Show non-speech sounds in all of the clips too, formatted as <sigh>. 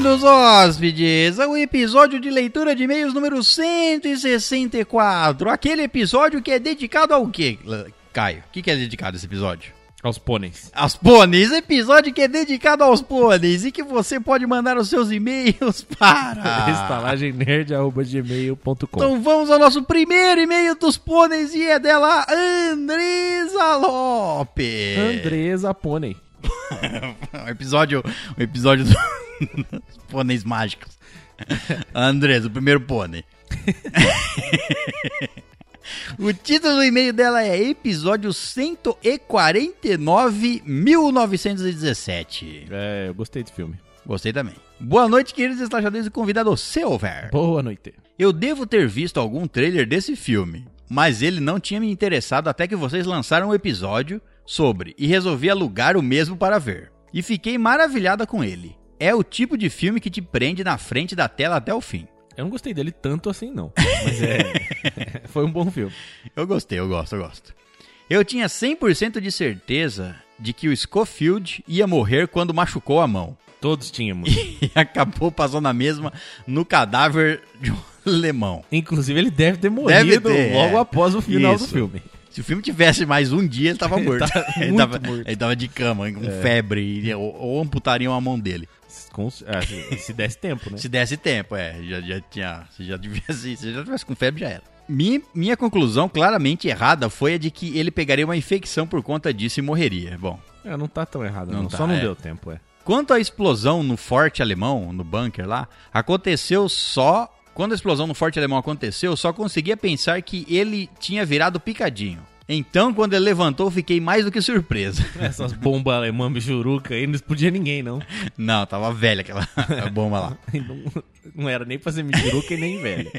meus hóspedes, ao episódio de leitura de e-mails número 164. Aquele episódio que é dedicado ao quê, Caio? O que, que é dedicado esse episódio? Aos pôneis. Aos pôneis, episódio que é dedicado aos pôneis e que você pode mandar os seus e-mails <laughs> Ah. <laughs> para Estalagemnerd.gmail.com Então vamos ao nosso primeiro e-mail dos pôneis e é dela Andresa É. Lopes. Andresa Pônei. <laughs> um episódio, um episódio dos pôneis mágicos. Andresa, o primeiro pônei. <laughs> O título do e-mail dela é Episódio 149, 1917. É, eu gostei do filme. Gostei também. Boa noite, queridos estalajadores e convidado Silver. Boa noite. Eu devo ter visto algum trailer desse filme, mas ele não tinha me interessado até que vocês lançaram um episódio sobre e resolvi alugar o mesmo para ver. E fiquei maravilhada com ele. É o tipo de filme que te prende na frente da tela até o fim. Eu não gostei dele tanto assim, <laughs> não. Mas é. foi um bom filme. Eu gostei, eu gosto, eu gosto. Eu tinha 100% de certeza de que o Schofield ia morrer quando machucou a mão. <laughs> Todos tínhamos. E acabou passando a mesma no cadáver de um <laughs> alemão. Inclusive, ele deve ter morrido Deve ter, logo é. após o final do Isso. filme. Se o filme tivesse mais um dia, ele tava morto. tá <laughs> ele, muito tava, morto. ele tava de cama, com febre, e- ou, ou amputariam a mão dele. Com- ah, se, se desse tempo, <laughs> né? Se desse tempo, é, já, já tinha, se já tivesse, <laughs> se já tivesse com febre, já era. Minha, minha conclusão claramente errada foi a de que ele pegaria uma infecção por conta disso e morreria. Bom, É, não tá tão errado, Não não. tá, Só não é. deu tempo, é. Quanto à explosão no forte alemão, no bunker lá, aconteceu só. Quando a explosão no forte alemão aconteceu, só conseguia pensar que ele tinha virado picadinho. Então, quando ele levantou, fiquei mais do que <laughs> surpresa. é Essas bombas alemã bijuruca aí não explodia ninguém, <laughs> não. Não, tava velha aquela <laughs> bomba lá. E Não, não era nem pra ser mijuruca e nem <laughs> velho.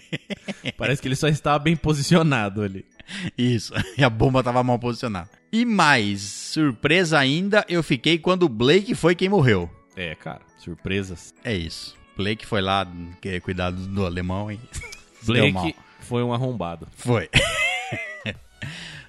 Parece que ele só estava bem posicionado ali. Isso, <laughs> e a bomba tava mal posicionada. E mais, surpresa ainda, eu fiquei quando o Blake foi quem morreu. É, cara, surpresas. É isso. Blake foi lá eh, cuidar do do alemão e. <laughs> deu mal. Blake foi um arrombado. Foi. <laughs>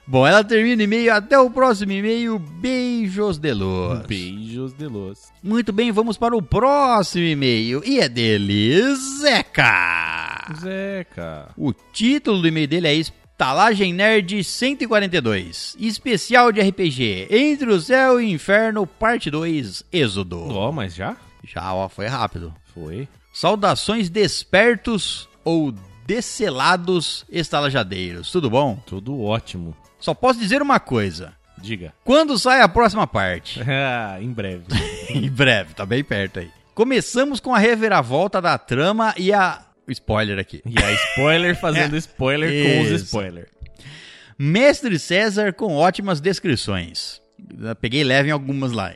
Bom, ela termina o e-mail. Até o próximo e-mail. Beijos de luz. Beijos de luz. Muito bem, vamos para o próximo e-mail. E é dele, Ah. Zeca. Zeca. O título do e-mail dele é Estalagem Nerd 142. Especial de RPG. Entre o Céu e o Inferno, parte 2, Êxodo. Ó, mas já? Já, ó, foi rápido. Foi. Saudações despertos ou decelados estalajadeiros. Tudo bom? Tudo ótimo. Só posso dizer uma coisa. <laughs> Diga. Quando sai a próxima parte? <laughs> Ah, em breve. em breve, tá bem perto aí. Começamos com a reviravolta da trama e a. Spoiler aqui. E a spoiler fazendo spoiler com os É. Isso. spoilers. Mestre César com ótimas descrições. Eu Peguei leve em algumas lá.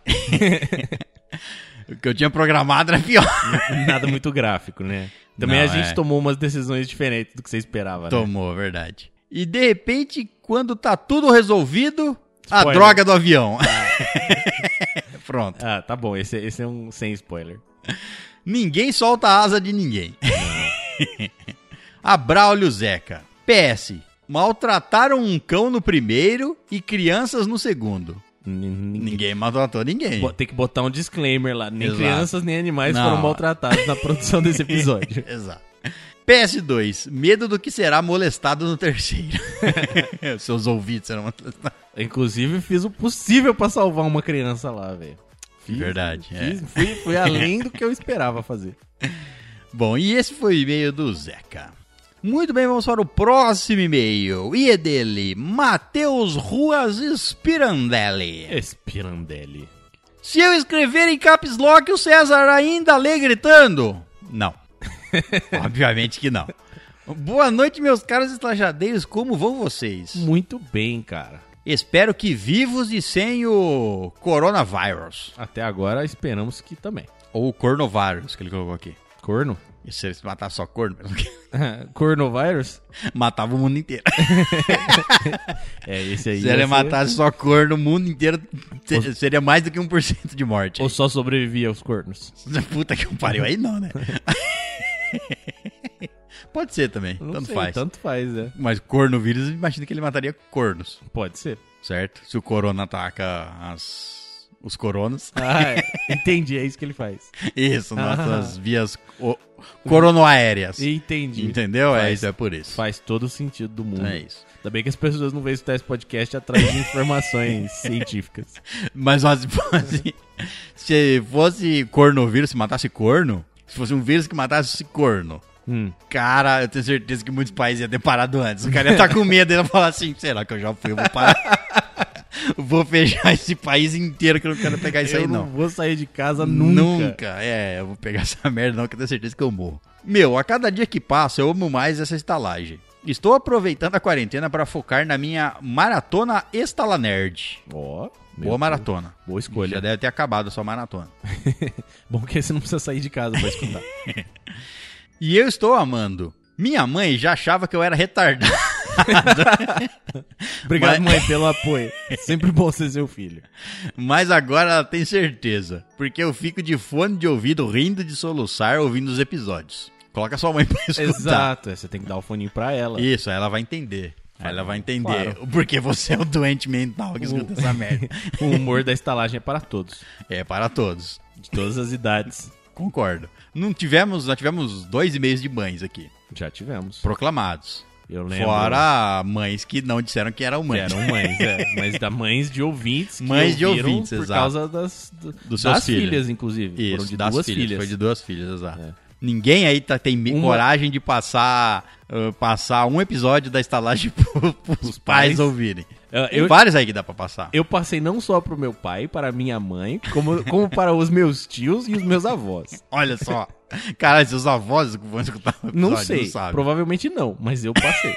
o que eu tinha programado era pior. Nada muito gráfico, né? Também Não, a gente é. tomou umas decisões diferentes do que você esperava, né? Tomou, verdade. E de repente, quando tá tudo resolvido, a Spoiler. droga do avião. <laughs> Pronto. Ah, tá bom. Esse, esse é um sem spoiler. Ninguém solta a asa de ninguém. <laughs> Abraulio Zeca. PS. Maltrataram um cão no primeiro e crianças no segundo. N- ninguém- Ninguém maltratou ninguém. Bo- Tem que botar um disclaimer lá. Nem Exato. crianças nem animais Não. foram maltratados na <laughs> produção desse episódio. Exato. PS2. Medo do que será molestado no <laughs> terceiro. Seus ouvidos serão molestados. Inclusive, fiz o possível pra salvar uma criança lá, velho. Fiz- Verdade, é. fiz- fui, <laughs> fui além do que eu esperava fazer. Bom, e esse foi o e-mail do Zeca. Muito bem, vamos para o próximo e-mail. E é dele, Matheus Ruas Spirandelli. Espirandelli. Se eu escrever em caps lock, o César ainda lê gritando? <laughs> Não. Obviamente que não. Boa noite, meus caros estajadeiros, como vão vocês? Muito bem, cara. Espero que vivos e sem o coronavírus. Até agora esperamos que também. Ou o cornovírus, que ele colocou aqui. Corno? <laughs> E se eles matar só corno, Cornovírus? <laughs> matava o mundo inteiro. É, esse aí. Se ele ia ser- matasse só corno, o mundo inteiro se- seria mais do que 1% de morte. Ou só sobrevivia aos cornos? <laughs> Puta que pariu, aí não, <laughs> né? Pode ser também, tanto sei, faz. Tanto faz, é. Mas cornovírus, imagina que ele mataria cornos, Pode ser. certo? Se o corona ataca as os coronas. <laughs> Ah, é. entendi, é isso que ele faz. Isso, Ah. nossas vias o, coronoaéreas. Entendi. Entendeu? É Faz. isso, é por isso. Faz todo o sentido do mundo. Então É isso. Ainda bem que as pessoas não vão escutar esse podcast atrás de informações <laughs> científicas. Mas ó, <laughs> se fosse, se fosse cornovírus, se matasse corno, se fosse um vírus que matasse esse corno, Hum. cara, eu tenho certeza que muitos países iam ter parado antes. O cara ia estar com medo, ele ia falar assim, será que eu já fui, eu vou <laughs> parar. vou fechar esse país inteiro que eu não quero pegar isso eu aí não não. vou sair de casa nunca. é, eu vou pegar <laughs> essa merda não, que eu tenho certeza que eu morro. Meu, a cada dia que passa eu amo mais essa estalagem. Estou aproveitando a quarentena para focar na minha maratona Estala Nerd. Ó, Boa meu Deus. maratona. Boa escolha. Já deve ter acabado a sua maratona. Bom que você não precisa sair de casa <laughs> pra escutar. E eu estou amando. Minha mãe já achava que eu era retardado. <laughs> Obrigado, Mas- mãe, <laughs> pelo apoio. Sempre bom ser seu filho. Mas agora ela tem certeza. Porque eu fico de fone de ouvido rindo de soluçar ouvindo os episódios. Coloca sua mãe pra <laughs> escutar. Exato, é, você tem que dar o foninho pra ela. Isso, aí ela vai entender. Aí ela vai entender. Claro. Porque você é o doente mental que escuta essa <laughs> merda. O humor da estalagem é para todos, É para todos. de todas as idades. Concordo. Não tivemos, nós tivemos dois e-mails de mães aqui. Já tivemos. Proclamados. Eu lembro. Fora mães que não disseram que eram que mães. eram mães, é. Mas da mães de ouvintes. que Mães de ouviram ouvintes, Por exato. causa das, do- Dos seus das filhos. filhas, inclusive. Isso, Foram de das duas filhas, filhas. Foi de duas filhas, exato. É. Ninguém aí tá, tem me- Uma- coragem de passar, uh, passar um episódio da estalagem <laughs> pro, pros Pros pais, pais. ouvirem. Ah, Tem Eu, vários aí que dá pra passar. eu passei não só pro meu pai, para minha mãe, como, como para os meus tios e os meus avós. Olha só. Cara, seus avós vão escutar o episódio, Não sei, sabe. provavelmente não, mas <laughs> eu passei.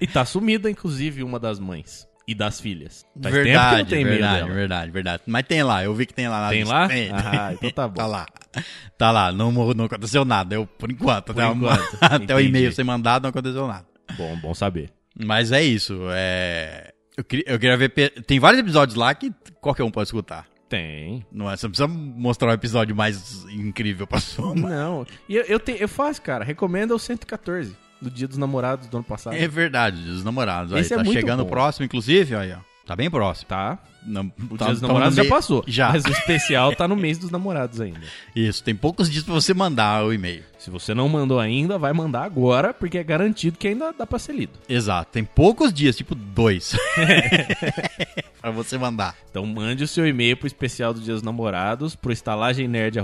e tá sumida, inclusive, uma das mães e das filhas. Faz verdade, tempo que não tem e-mail verdade, dela. verdade, verdade. Mas tem lá, eu vi que tem lá. na Tem lista. lá? Tem. Ah, então tá bom. <laughs> Tá lá. Tá lá, não, morro- não aconteceu nada. Eu, por enquanto, Por até, enquanto, <laughs> até o entendi. e-mail ser mandado, não aconteceu nada. Bom, bom saber. Mas é isso. É... Eu, queria, eu queria ver. pe- Tem vários episódios lá que qualquer um pode escutar. Tem. Não é? Você não precisa mostrar um episódio mais incrível pra sua <laughs> mãe. Não. E eu, eu, te- eu faço, cara. Recomendo o 114, do Dia dos Namorados do ano passado. É verdade, dos namorados. Aí, Esse é tá muito chegando bom. próximo, inclusive, aí, ó. Tá bem próximo. Tá. Não, O tá- Dia dos tamo Namorados no já meio- passou. Já. Mas o especial tá no mês dos namorados ainda. Isso, tem poucos dias pra você mandar o e-mail. Se você não mandou ainda, vai mandar agora, porque é garantido que ainda dá pra ser lido. Exato, tem poucos dias, tipo dois. <laughs> pra você mandar. Então mande o seu e-mail pro especial do Dia dos Namorados, pro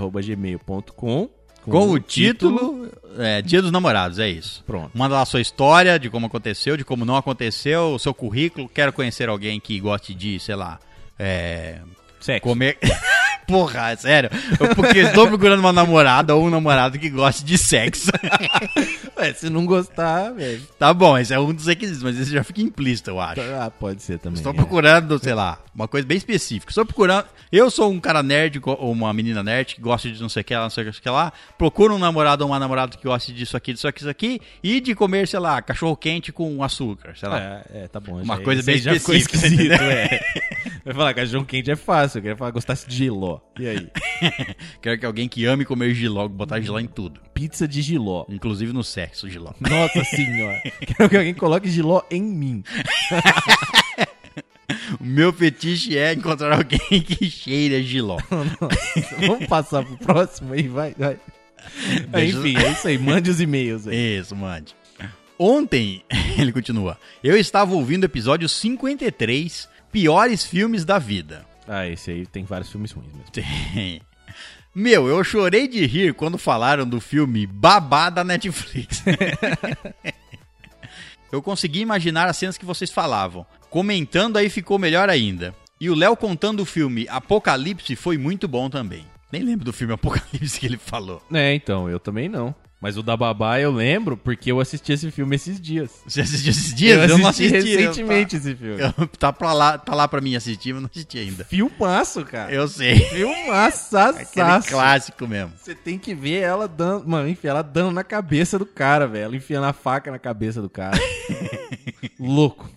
estalagemnerd.gmail.com Com, o título, é, Dia dos Namorados, é isso. Pronto. Manda lá a sua história de como aconteceu, de como não aconteceu, o seu currículo. Quero conhecer alguém que goste de, sei lá, é, Sexo. comer. <laughs> Porra, é sério. Eu porque estou procurando uma namorada ou um namorado que goste de sexo. <laughs> Ué, se não gostar, velho. tá bom, esse é um dos requisitos, mas esse já fica implícito, eu acho. Ah, pode ser também. Estou é. procurando, sei lá, uma coisa bem específica. Estou procurando. Eu sou um cara nerd go- ou uma menina nerd que gosta de não sei o que lá, não sei o que lá. Procura um namorado ou uma namorada que goste disso aqui, disso aqui, disso aqui. E de comer, sei lá, cachorro quente com açúcar, sei lá. É, é, tá bom. Uma já- coisa isso aí bem já ficou específica, esquisito, é. <laughs> Vai falar, cachorro quente é fácil. Eu queria falar, gostasse de giló. E <laughs> aí? Quero que alguém que ame comer giló, botar giló em tudo. Pizza de giló. Inclusive no sexo, giló. <laughs> Nossa senhora. <laughs> Quero que alguém coloque giló em mim. O meu fetiche é encontrar alguém que cheira giló. Nossa, <laughs> vamos passar pro próximo aí, vai, vai. Aí, Deixa- Enfim, é isso aí. Mande os e-mails aí. Isso, mande. Ontem, <laughs> ele continua, eu estava ouvindo o episódio 53, Piores Filmes da Vida. Ah, esse aí tem vários filmes ruins mesmo. Tem. <laughs> Meu, eu chorei de rir quando falaram do filme Babá da <laughs> Netflix. eu consegui imaginar as cenas que vocês falavam. Comentando aí ficou melhor ainda. E o Léo contando o filme Apocalipse foi muito bom também. Nem lembro do filme Apocalipse que ele falou. É, então, eu também não. Mas o da Babá eu lembro porque eu assisti esse filme esses dias. Você assistiu esses dias? eu não assisti assisti. recentemente esse filme. Eu- eu- <laughs> tá, pra lá, tá lá pra mim assistir, mas não assisti ainda. Filmaço, cara. Eu sei. Aquele Filmaçaçaço. clássico mesmo. Você tem que ver ela dando. Mano, enfim, ela dando na cabeça do cara, velho. Ela enfiando a faca na cabeça do <laughs> cara. Louco.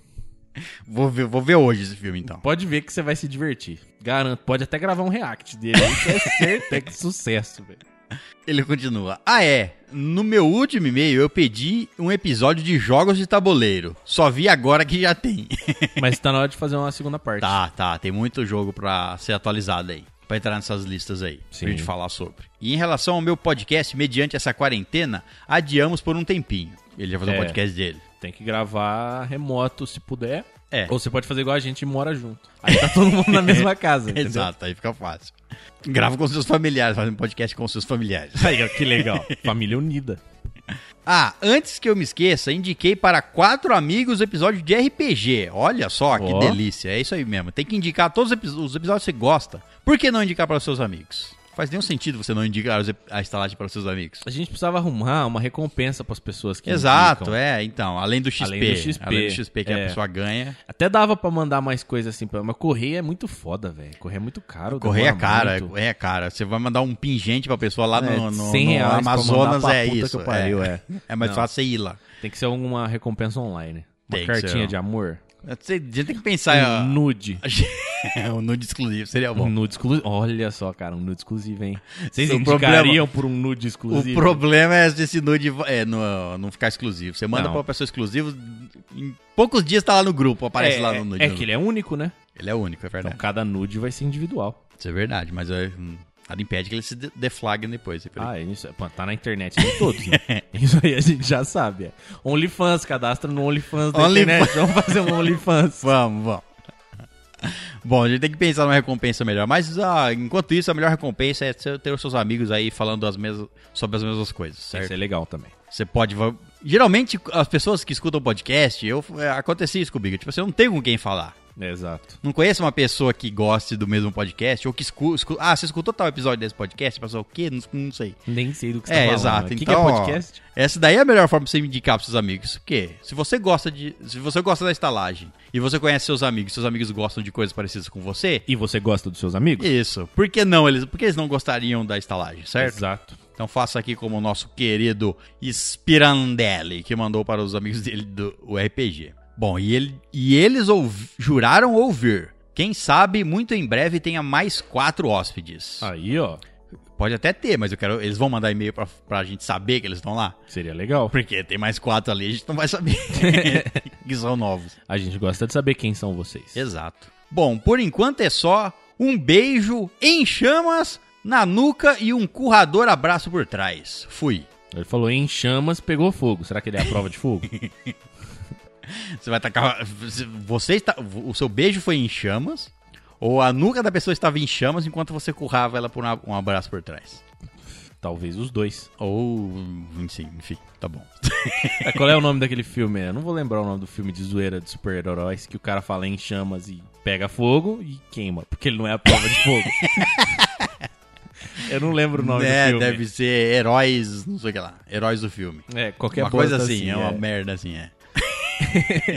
Vou ver, vou ver hoje esse filme, então. Pode ver que você vai se divertir. Garanto. Pode até gravar um react dele. Isso é certo, é que sucesso, velho. Ele continua. Ah, é. No meu último e-mail eu pedi um episódio de jogos de tabuleiro. Só vi agora que já <laughs> tem. Mas tá na hora de fazer uma segunda parte. Tá, tá. Tem muito jogo pra ser atualizado aí. Pra entrar nessas listas aí. Sim. Pra gente falar sobre. E em relação ao meu podcast, mediante essa quarentena, adiamos por um tempinho. Ele já fazer É. um podcast dele. Tem que gravar remoto se puder. É. Ou você pode fazer igual a gente e mora junto. Aí tá todo mundo <laughs> na mesma casa. entendeu? Exato, aí fica fácil. Grava com seus familiares, faz um podcast com seus familiares. Aí, ó, que legal. <laughs> Família unida. Ah, antes que eu me esqueça, indiquei para quatro amigos o episódio de RPG. Olha só que Ó. delícia, é isso aí mesmo. Tem que indicar todos os epi- os episódios que você gosta. Por que não indicar para os seus amigos? Faz nenhum sentido você não indicar os ep- a estalagem para os seus amigos. A gente precisava arrumar uma recompensa pras pessoas que Exato, indicam. é, então, além do XP. Além do XP, além do XP que é. a pessoa ganha. Até dava pra mandar mais coisa assim, pra- mas correio é muito foda, velho. Correio é muito caro. Correia é demora cara, muito. é cara. Você vai mandar um pingente pra pessoa lá É, no, no, 100 no reais pra mandar Amazonas, pra é puta que isso. pariu, é. é. É mais Não. fácil você ir lá. Tem que ser alguma recompensa online. Uma Tem que cartinha ser, Tá, de amor. Você a gente tem que pensar. <laughs> Um nude. ó, um nude exclusivo seria Um bom. nude exclusivo. Olha só, cara, um nude exclusivo, hein? Vocês O indicariam por um nude O exclusivo? problema é esse nude é, não, não ficar exclusivo. Você manda Não. pra uma pessoa exclusiva, em poucos dias tá lá no grupo, aparece é, lá no nude. É que ele é único, né? Ele é único, é Então verdade. cada nude vai ser individual. Isso é verdade, mas é, hum, nada impede que ele se de- deflagre depois. é por aí. Ah, isso, pô, tá na internet de <laughs> todos, né? Isso aí a gente já sabe. É. OnlyFans, cadastra no OnlyFans da Only- internet. Vamos fazer um OnlyFans. Vamos, vamos. Bom, a gente tem que pensar numa recompensa melhor. Mas ah, enquanto isso, a melhor recompensa é você ter os seus amigos aí falando as mesmas, sobre as mesmas coisas, <laughs> certo? Isso é legal também. Você pode. va- Geralmente, as pessoas que escutam podcast, eu é, acontecia isso comigo. Tipo, você não tem com quem falar. Exato. Não conheço uma pessoa que goste do mesmo podcast ou que escuta. ah, você escutou tal episódio desse podcast? Passou o quê? Não, não sei. Nem sei do que você é, tá falando. exato. O que, que então, é ó, podcast? essa daí é a melhor forma de você indicar pros seus amigos. Porque se você gosta de. Se você gosta da estalagem e você conhece seus amigos, seus amigos gostam de coisas parecidas com você. E você gosta dos seus amigos? Isso. Por que não eles? Por que eles não gostariam da estalagem, certo? Exato. Então faça aqui como o nosso querido Spirandelli, que mandou para os amigos dele do o RPG. Bom, e, ele, e eles ouv- juraram ouvir. Quem sabe, muito em breve tenha mais quatro hóspedes. Aí, ó, Pode até ter, mas eu quero. Eles vão mandar e-mail pra, pra gente saber que eles estão lá. seria legal. Porque tem mais quatro ali, a gente não vai saber que são novos. A gente gosta de saber quem são vocês. Exato. Bom, por enquanto é só. Um beijo em chamas na nuca e um currador abraço por trás. Fui. Ele falou em chamas, pegou fogo. Será que ele é a prova de fogo? Você vai tacar. Você está, o seu beijo foi em chamas, ou a nuca da pessoa estava em chamas enquanto você currava ela por uma- um abraço por trás. Talvez os dois. Ou. hum, Enfim, enfim, tá bom. Ah, Qual é o nome daquele filme? Eu não vou lembrar o nome do filme de zoeira de super-heróis que o cara fala em chamas e pega fogo e queima, porque ele não é a prova de <laughs> fogo. Eu não lembro o nome é, do filme. deve ser heróis, não sei o que lá. Heróis do filme. É, qualquer uma coisa bosta assim, é uma é. merda assim, é.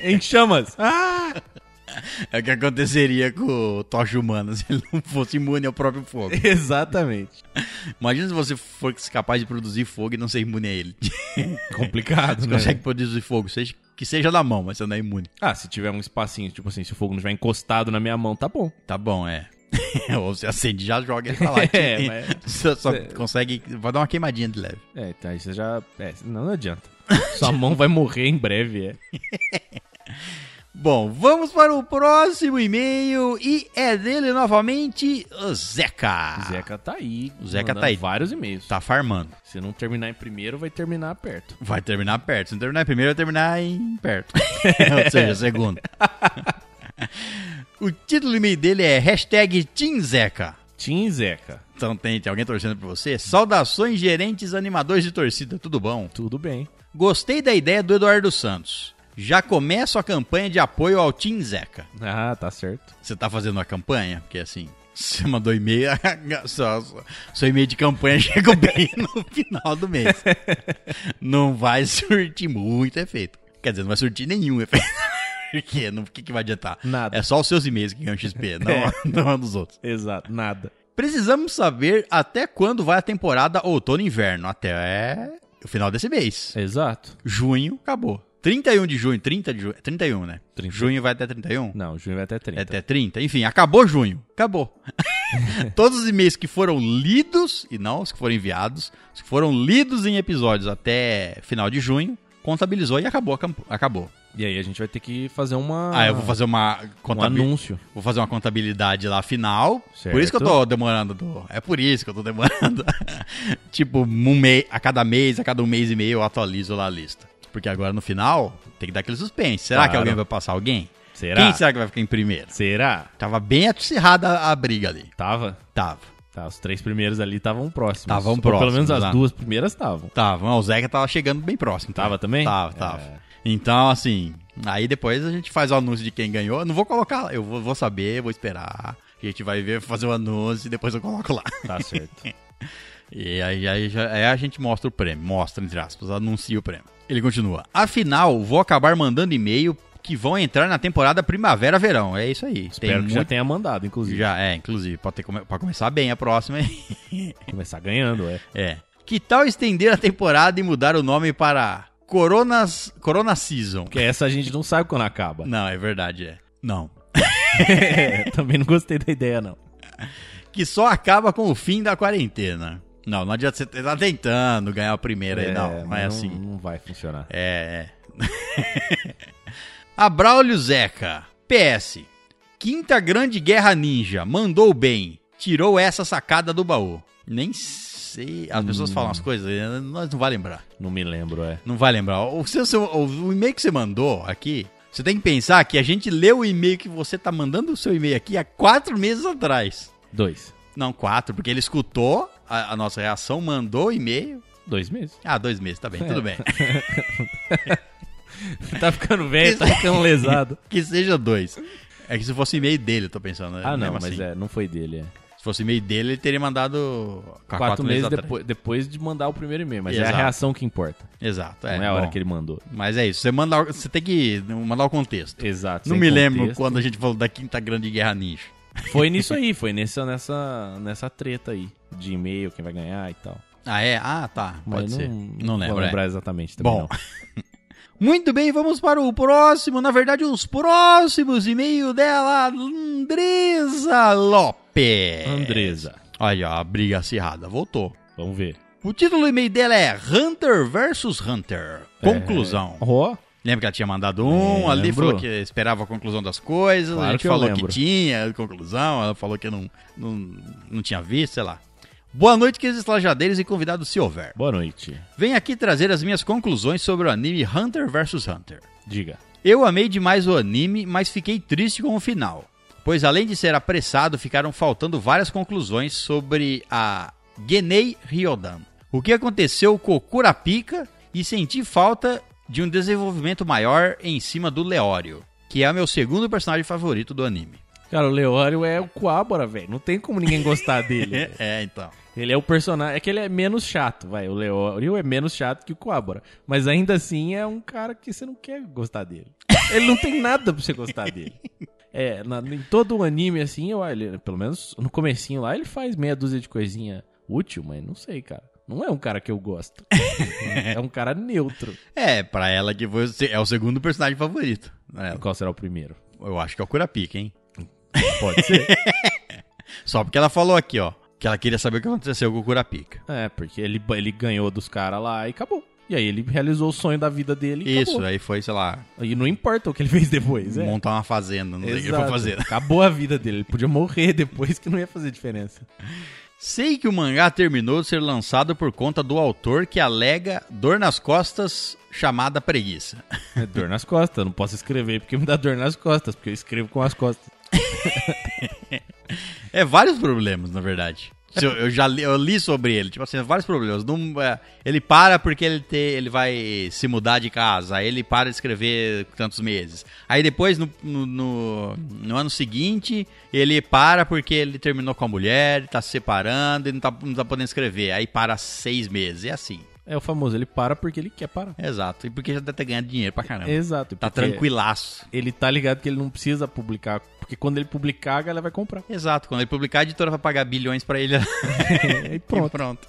em <laughs> chamas. Ah! É o que aconteceria com o Tocha Humana <laughs> se ele não fosse imune ao próprio fogo. Exatamente. Imagina se você fosse capaz de produzir fogo e não ser imune a ele. <laughs> Complicado, Você né? consegue produzir fogo, seja, que seja na mão, mas você não é imune. Ah, se tiver um espacinho, tipo assim, se o fogo não estiver encostado na minha mão, tá bom. Tá bom, é. <laughs> Ou você acende e já joga ele pra <laughs> lá. É, mas- <laughs> Só, só consegue. Vai dar uma queimadinha de leve. É, tá, aí você já. É, não, não adianta. <laughs> Sua mão vai morrer em breve, é. Bom, vamos para o próximo e-mail e é dele novamente, o Zeca. O Zeca tá aí. Ah. O Zeca mandando tá aí. Vários e-mails. Tá farmando. Se não terminar em primeiro, vai terminar perto. Vai terminar perto. Se não terminar em primeiro, vai terminar em <laughs> perto. Ou seja, segundo. <laughs> o título do e-mail dele é hashtag Team Zeca. <laughs> Tim Zeca. Então tem, tem alguém torcendo por você? Saudações, gerentes, animadores de torcida, tudo bom? Tudo bem. Gostei da ideia do Eduardo Santos. Já começo a campanha de apoio ao Team Zeca. Ah, tá certo. Você tá fazendo uma campanha? Porque assim, você mandou e-mail, <laughs> só- só- seu e-mail de campanha <laughs> chegou bem no final do mês. Não vai surtir muito efeito. Quer dizer, não vai surtir nenhum efeito. <laughs> Porque não, o que, que vai adiantar? Nada. É só os seus e-mails que ganham XP, não, não é dos outros. Exato, nada. Precisamos saber até quando vai a temporada outono e inverno. Até o final desse mês. Exato. Junho acabou. 31 de junho, 30 de junho, 31, né? 30. Junho vai até 31? Não, junho vai até É 30. até 30. Enfim, acabou junho. <laughs> Acabou. Todos os e-mails que foram lidos, e não os que foram enviados, os que foram lidos em episódios até final de junho, contabilizou e acabou. acamp- Acabou. E aí a gente vai ter que fazer uma... Ah, eu vou fazer uma um contabilidade. anúncio. Vou fazer uma contabilidade lá final. Certo. Por isso que eu tô demorando. do- É por isso que eu tô demorando. <laughs> tipo, um mês, a cada mês, a cada um mês e meio eu atualizo lá a lista. Porque agora no final tem que dar aquele suspense. Será que Claro. alguém vai passar alguém? Será? Quem será que vai ficar em primeiro? Será? Tava bem acirrada a a briga ali. Tava? Tava. Tá, os três primeiros ali estavam próximos. Tavam Ou próximos, Pelo menos as lá. duas primeiras estavam. Tava. Não, O Zeca tava chegando bem próximo. tá? Tava também? Tava, É. tava. Então, assim, aí depois a gente faz o anúncio de quem ganhou. Eu Não vou colocar lá. Eu vou, vou saber, vou esperar. A gente vai ver, fazer o anúncio e depois eu coloco lá. Tá certo. E aí, aí, já- aí a gente mostra o prêmio, mostra, entre aspas, anuncia o prêmio. Ele continua. Afinal, vou acabar mandando e-mail que vão entrar na temporada primavera-verão. É isso aí. <laughs> Espero que já tenha mandado, inclusive. já é, inclusive, pode, ter, come- pode começar bem a próxima, hein? <laughs> Começar ganhando, é. É. Que tal estender a temporada e mudar o nome para Coronas, Corona Season? Porque essa a gente não sabe <laughs> quando acaba. Não, é verdade, é. Não. É, <laughs> também não gostei da ideia, não. Que só acaba com o fim da quarentena. Não, não adianta você tá tentando ganhar a primeira aí, não. Não mas é assim. Não vai funcionar. É. é. <laughs> Abraulio Zeca. PS. Quinta Grande Guerra Ninja. Mandou bem. Tirou essa sacada do baú. Nem sei. As pessoas falam as coisas, eh, nós não vai lembrar. Não me lembro, é. Não vai lembrar. O, seu, seu- o, o e-mail que você mandou aqui, você tem que pensar que a gente leu o e-mail que você tá mandando o seu e-mail aqui há quatro meses atrás. Dois. Não, quatro, porque ele escutou a, a nossa reação, mandou o e-mail. Dois meses. Ah, dois meses, tá bem, tudo bem. <laughs> Tá ficando velho, tá <laughs> ficando lesado. Que seja dois. É que se fosse e-mail dele, eu tô pensando. né? Ah, não, Mesmo mas assim. é, não foi dele, é. Se fosse e-mail dele, ele teria mandado há quatro, Quatro, meses, atrás. depois, depois de mandar o primeiro e-mail, mas é Exato. a reação que importa. Exato, é. não é a hora bom. que ele mandou. Mas é isso, você, manda, você tem que mandar o contexto. Exato. não É, sem me lembro contexto. quando a gente falou da Quinta Grande Guerra Ninja. Foi nisso aí, foi nessa, nessa, nessa treta aí. De e-mail, quem vai ganhar e tal. Ah, é? Ah, tá. Mas Pode ser. Não vou lembro. é. lembrar exatamente também. Bom. Bom. Muito bem, vamos para o próximo. Na verdade, os próximos e-mail dela, Andresa Lopes. Andresa. Olha, a briga acirrada. Voltou. Vamos ver. O título do e-mail dela é Hunter versus Hunter. É. Conclusão. Ó, Lembra que ela tinha mandado um, É, ali lembrou. falou que esperava a conclusão das coisas, Claro a gente que eu falou que lembro. tinha conclusão, ela falou que não, não, não tinha visto, sei lá. Boa noite, queridos estalajadeiros e convidados, se houver. boa noite. Venho aqui trazer as minhas conclusões sobre o anime Hunter vs Hunter. Diga. Eu amei demais o anime, mas fiquei triste com o final, pois além de ser apressado, ficaram faltando várias conclusões sobre a Genei Ryodan. O que aconteceu com o Kurapika e senti falta de um desenvolvimento maior em cima do Leório, que é o meu segundo personagem favorito do anime. Cara, o Leório é o Coabora, velho. Não tem como ninguém gostar <laughs> dele. velho. É, então. ele é o personagem. É que ele é menos chato, vai. O Leório é menos chato que o Coabora. Mas ainda assim é um cara que você não quer gostar dele. Ele não tem nada pra você gostar dele. É, na- em todo o anime, assim, eu, ele, pelo menos no comecinho lá, ele faz meia dúzia de coisinha útil, mas não sei, cara. Não é um cara que eu gosto. é um cara neutro. É, pra ela que você é o segundo personagem favorito. né? Qual será o primeiro? Eu acho que é o Kurapika, hein? Pode ser. <laughs> Só porque ela falou aqui, ó, que ela queria saber o que aconteceu com o Kurapika. É, porque ele, ele ganhou dos caras lá e acabou. E aí ele realizou o sonho da vida dele e Isso, é. acabou. aí foi, sei lá, E não importa o que ele fez depois, é. montar uma fazenda, não sei o que ele Exato. foi fazer. <laughs> Acabou a vida dele. Ele podia morrer <laughs> depois que não ia fazer diferença. Sei que o mangá terminou de ser lançado por conta do autor que alega dor nas costas chamada preguiça. É dor nas costas. Eu não posso escrever porque me dá dor nas costas, porque eu escrevo com as costas. É vários problemas, na verdade. Se Eu, eu já li, eu li sobre ele, tipo assim, vários problemas. Não, é, ele para porque ele, te- ele vai se mudar de casa, aí ele para de escrever tantos meses. Aí depois, no, no- no- no ano seguinte, ele para porque ele terminou com a mulher, tá se separando e não tá, não tá podendo escrever. Aí para seis meses, é assim. É o famoso, ele para porque ele quer parar. Exato. E porque já deve ter ganhado dinheiro pra caramba. Exato. Tá porque tranquilaço. Ele tá ligado que ele não precisa publicar, porque quando ele publicar, a galera vai comprar. Exato, quando ele publicar, a editora vai pagar bilhões pra ele. <laughs> e pronto. E pronto.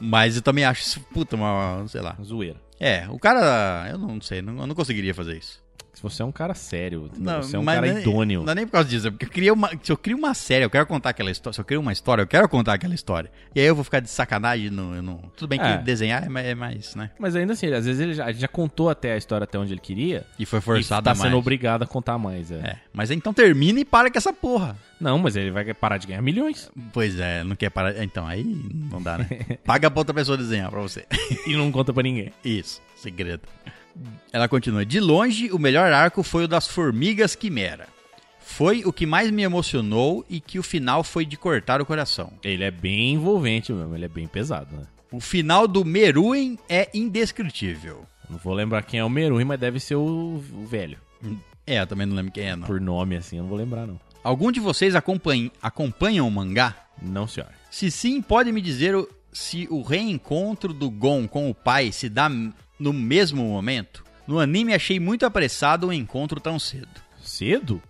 Mas eu também acho isso, puta, uma, sei lá. Zoeira. É, o cara, eu não sei, não- eu não conseguiria fazer isso. Se você é um cara sério, entendeu? Não, você é um mas cara nem- idôneo. Não é nem por causa disso, é porque eu crio uma, se eu crio uma série, eu quero contar aquela história, se eu crio uma história, eu quero contar aquela história. E aí eu vou ficar de sacanagem, no, eu não, tudo bem que É. desenhar é mais, é mais, né? Mas ainda assim, às vezes ele já, a gente já contou até a história até onde ele queria. E foi e forçado tá a mais. sendo obrigado a contar mais. É. É, mas então termina e para com essa porra. Não, mas ele vai parar de ganhar milhões. Pois é, não quer parar. Então, aí não <laughs> dá, né? Paga pra outra pessoa desenhar pra você. e não conta pra ninguém. Isso, segredo. Ela continua. De longe, o melhor arco foi o das Formigas Quimera. Foi o que mais me emocionou e que o final foi de cortar o coração. Ele é bem envolvente mesmo, ele é bem pesado, né? O final do Meruem é indescritível. Não vou lembrar quem é o Meruim, mas deve ser o, o velho. É, eu também não lembro quem é, não. Por nome, assim, eu não vou lembrar, não. Algum de vocês acompanha, acompanha o mangá? Não, senhora. Se sim, pode me dizer o- se o reencontro do Gon com o pai se dá m- no mesmo momento? No anime achei muito apressado um encontro tão cedo. Cedo?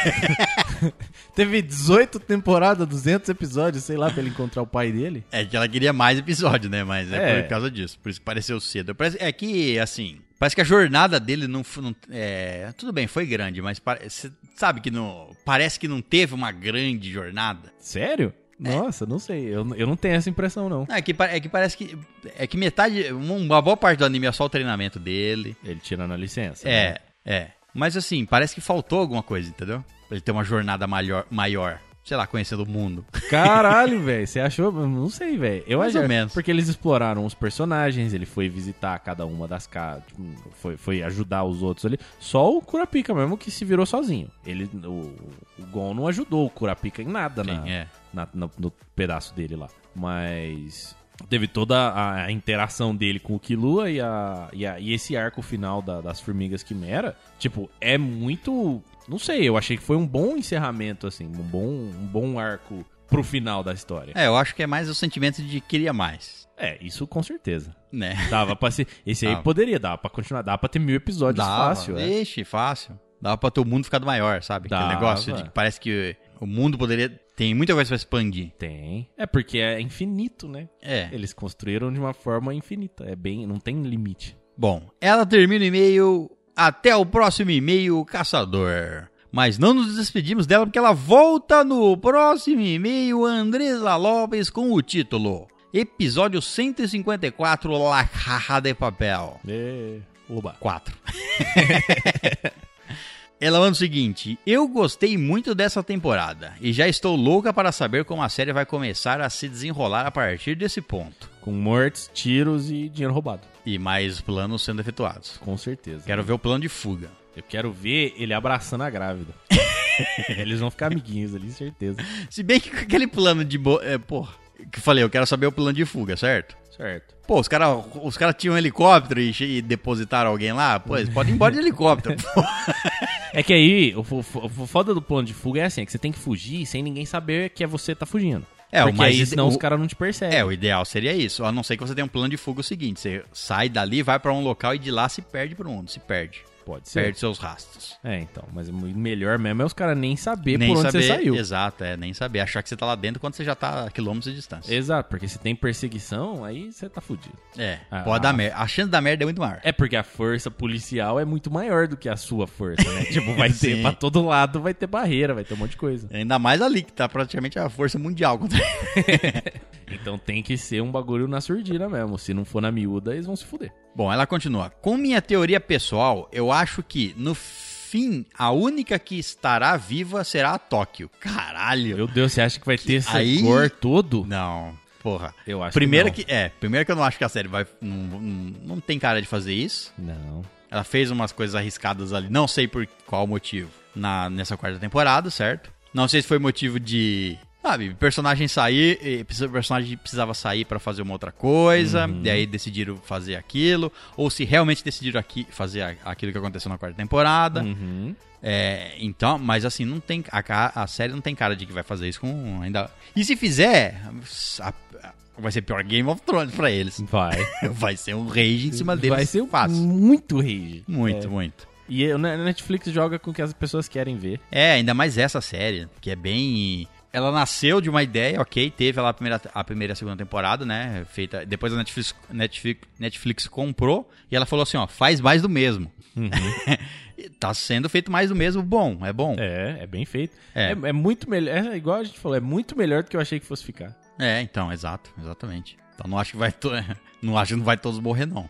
<laughs> <laughs> Teve 18 temporadas, 200 episódios, sei lá, pra ele encontrar o pai dele. É que ela queria mais episódio, né? Mas é, É. por causa disso. Por isso que pareceu cedo. Parece- é que, assim, parece que a jornada dele não. fu- não- é, tudo bem, foi grande, mas você sabe que não. Parece que não teve uma grande jornada. Sério? Nossa, não sei. Eu, eu não tenho essa impressão, não. Não, É que, pa- é que parece que. É que metade. Uma boa parte do anime é só o treinamento dele. Ele tirando a licença. né? É, é. Mas assim, parece que faltou alguma coisa, entendeu? Pra ele ter uma jornada maior. maior sei lá, conhecendo o mundo. Caralho, velho. Você achou? Não sei, velho. Eu Mais acho- ou menos. Porque eles exploraram os personagens, ele foi visitar cada uma das casas, foi, foi ajudar os outros ali. Só o Kurapika mesmo que se virou sozinho. Ele, o, o Gon não ajudou o Kurapika em nada, né? Sim, é. na- na- no pedaço dele lá. Mas teve toda a, a interação dele com o Killua e, a, e, a- e esse arco final da- das Formigas Quimera, tipo, é muito... Não sei, eu achei que foi um bom encerramento, assim, um bom, um bom arco pro final da história. É, eu acho que é mais o sentimento de queria mais. É, isso com certeza. Né? Dava pra ser... Esse aí Dava. poderia, dava pra continuar, dava pra ter mil episódios Dava. fácil, é. Ixi, fácil. Dava pra ter o mundo ficado maior, sabe? Aquele Dava. negócio de que parece que o mundo poderia. Tem muita coisa pra expandir. Tem. É porque é infinito, né? É. Eles construíram de uma forma infinita. É bem. Não tem limite. Bom, ela termina o e-mail. Até o próximo e-mail, caçador. Mas não nos despedimos dela porque ela volta no próximo e-mail, Andresa Lopes, com o título: Episódio 154 La Caja de Papel. É. Oba. 4. <laughs> Ela manda o seguinte: Eu gostei muito dessa temporada e já estou louca para saber como a série vai começar a se desenrolar a partir desse ponto. Com mortes, tiros e dinheiro roubado. E mais planos sendo efetuados. Com certeza. Quero ver o plano de fuga. Eu quero ver ele abraçando <laughs> a grávida. Eles vão ficar amiguinhos ali, certeza. Se bem que com aquele plano de. Bo... É, porra, que eu falei, eu quero saber o plano de fuga, certo? Certo. Pô, os caras os cara tinham um helicóptero e, che- e depositaram alguém lá? Pô, eles podem ir embora de helicóptero. <laughs> pô. É que aí, o, fo- fo- o foda do plano de fuga é assim, é que você tem que fugir sem ninguém saber que é você que tá fugindo. É, Porque mas aí ide- senão os o- caras não te percebem. É, o ideal seria isso, a não ser que você tenha um plano de fuga o seguinte, você sai dali, vai pra um local e de lá se perde pro mundo, se perde, Pode perde seus rastros. É, então. Mas o melhor mesmo é os caras nem saber nem por onde saber, você saiu. Exato, é, nem saber, achar que você tá lá dentro quando você já tá a quilômetros de distância. Exato, porque se tem perseguição, aí você tá fudido. É, Ah. pode dar merda, a chance da merda é muito maior. É porque a força policial é muito maior do que a sua força, <laughs> né? tipo, vai Sim. ter pra todo lado, vai ter barreira, vai ter um monte de coisa. Ainda mais ali, que tá praticamente a força mundial contra Então tem que ser um bagulho na surdina mesmo. Se não for na miúda, eles vão se fuder. <laughs> Bom, ela continua. Com minha teoria pessoal, eu acho que, no fim, a única que estará viva será a Tóquio. Caralho! Meu Deus, você acha que vai ter esse Aí- gore todo? Não, porra. Eu acho Primeiro que que, é, primeiro que eu não acho que a série vai. Não, não, não tem cara de fazer isso. não. Não. Ela fez umas coisas arriscadas ali, não sei por qual motivo, na, nessa quarta temporada, certo? Não sei se foi motivo de. Sabe, personagem sair, eh, precisa- o personagem precisava sair pra fazer uma outra coisa, Uhum. e aí decidiram fazer aquilo, ou se realmente decidiram aqui fazer a- aquilo que aconteceu na quarta temporada. Uhum. É, então, mas assim, não tem a, ca- a série não tem cara de que vai fazer isso com ainda. E se fizer, a- a- vai ser pior Game of Thrones pra <laughs> eles. Vai. Vai ser um rage em cima deles. vai ser um É. fácil. muito rage. né, Muito, muito. E eu- na- na Netflix joga com o que as pessoas querem ver. É, ainda mais essa série, que é bem. ela nasceu de uma ideia, ok, teve lá a primeira, a primeira e a segunda temporada, né? Feita, depois a Netflix, Netflix, Netflix comprou e ela falou assim, ó, faz mais do mesmo. Uhum. <laughs> tá sendo feito mais do mesmo, bom, é bom. É, é bem feito. É. É, é muito melhor. É igual a gente falou, é muito melhor do que eu achei que fosse ficar. É, então, exato, exatamente. Então não acho que vai to... <laughs> não acho que não vai todos morrer não.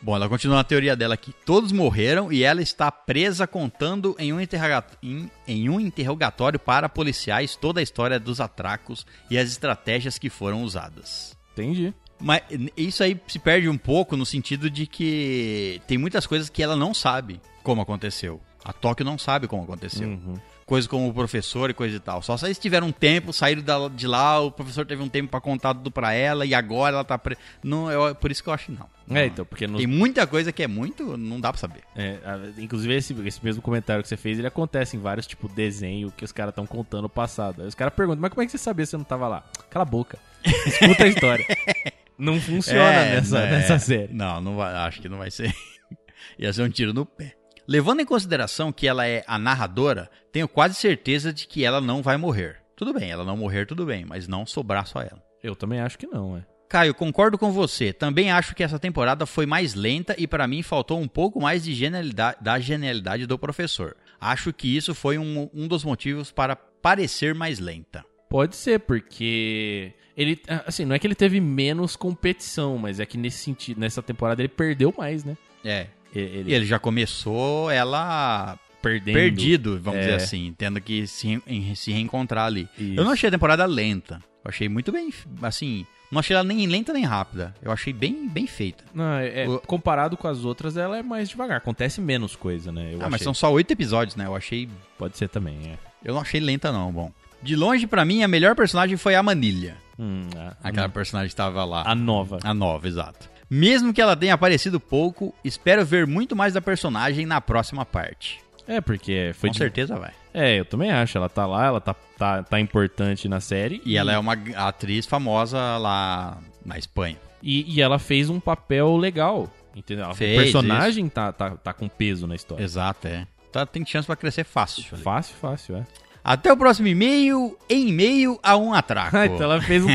Bom, ela continua a teoria dela aqui. Todos morreram e ela está presa contando em um, interroga- em- em um interrogatório para policiais toda a história dos atracos e as estratégias que foram usadas. Entendi. Mas isso aí se perde um pouco no sentido de que tem muitas coisas que ela não sabe como aconteceu. A Tóquio não sabe como aconteceu. Uhum. Coisas como o professor e coisa e tal. Só se eles tiveram um tempo, saíram da- de lá, o professor teve um tempo pra contar tudo pra ela e agora ela tá presa. Não, é por isso que eu acho que não. É, então, porque nos- Tem muita coisa que é muito, não dá pra saber. é, a- inclusive esse, esse mesmo comentário que você fez, ele acontece em vários, tipo, desenho que os caras estão contando o passado. Aí os caras perguntam, mas como é que você sabia se você não tava lá? Cala a boca. Escuta a história. <laughs> Não funciona É, nessa, né? nessa série. Não, não vai- acho que não vai ser. <laughs> Ia ser um tiro no pé. Levando em consideração que ela é a narradora, tenho quase certeza de que ela não vai morrer. Tudo bem, ela não morrer, tudo bem, mas não sobrar só ela. Eu também acho que não, é. Caio, concordo com você. Também acho que essa temporada foi mais lenta e pra mim faltou um pouco mais de genialidade, da genialidade do professor. Acho que isso foi um, um dos motivos para parecer mais lenta. Pode ser, porque ele, assim, não é que ele teve menos competição, mas é que nesse sentido, nessa temporada ele perdeu mais, né? É. Ele, E ele já começou ela perdendo. perdido, vamos É. dizer assim, tendo que se, em- se reencontrar ali. Isso. Eu não achei a temporada lenta. Eu achei muito bem, assim, não achei ela nem lenta nem rápida. Eu achei bem, bem feita. Não, é, é, O- comparado com as outras, ela é mais devagar. Acontece menos coisa, né? Eu ah, mas achei. são só oito episódios, né? Eu achei, Pode ser também, é. eu não achei lenta não, bom. De longe pra mim a melhor personagem foi a Manilha. Hum, a, Aquela personagem que estava lá, a nova. a nova, exato. Mesmo que ela tenha aparecido pouco, espero ver muito mais da personagem na próxima parte. É, porque foi Com de- certeza vai. É, eu também acho. Ela tá lá, ela tá, tá, tá importante na série. E ela é uma atriz famosa lá na Espanha. E, e ela fez um papel legal. Entendeu? Fez, o personagem tá, tá, tá com peso na história. Exato, é. Tá, tem chance pra crescer fácil. ali. Fácil, fácil, é. Até o próximo e-mail, em e-mail a um atraco. Ah, <laughs> então ela fez um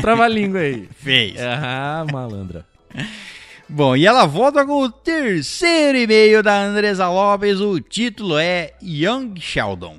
<laughs> trava-língua aí. Fez. Ah, malandra. Bom, e ela volta com o terceiro e-mail da Andresa Lopes. O título é Young Sheldon.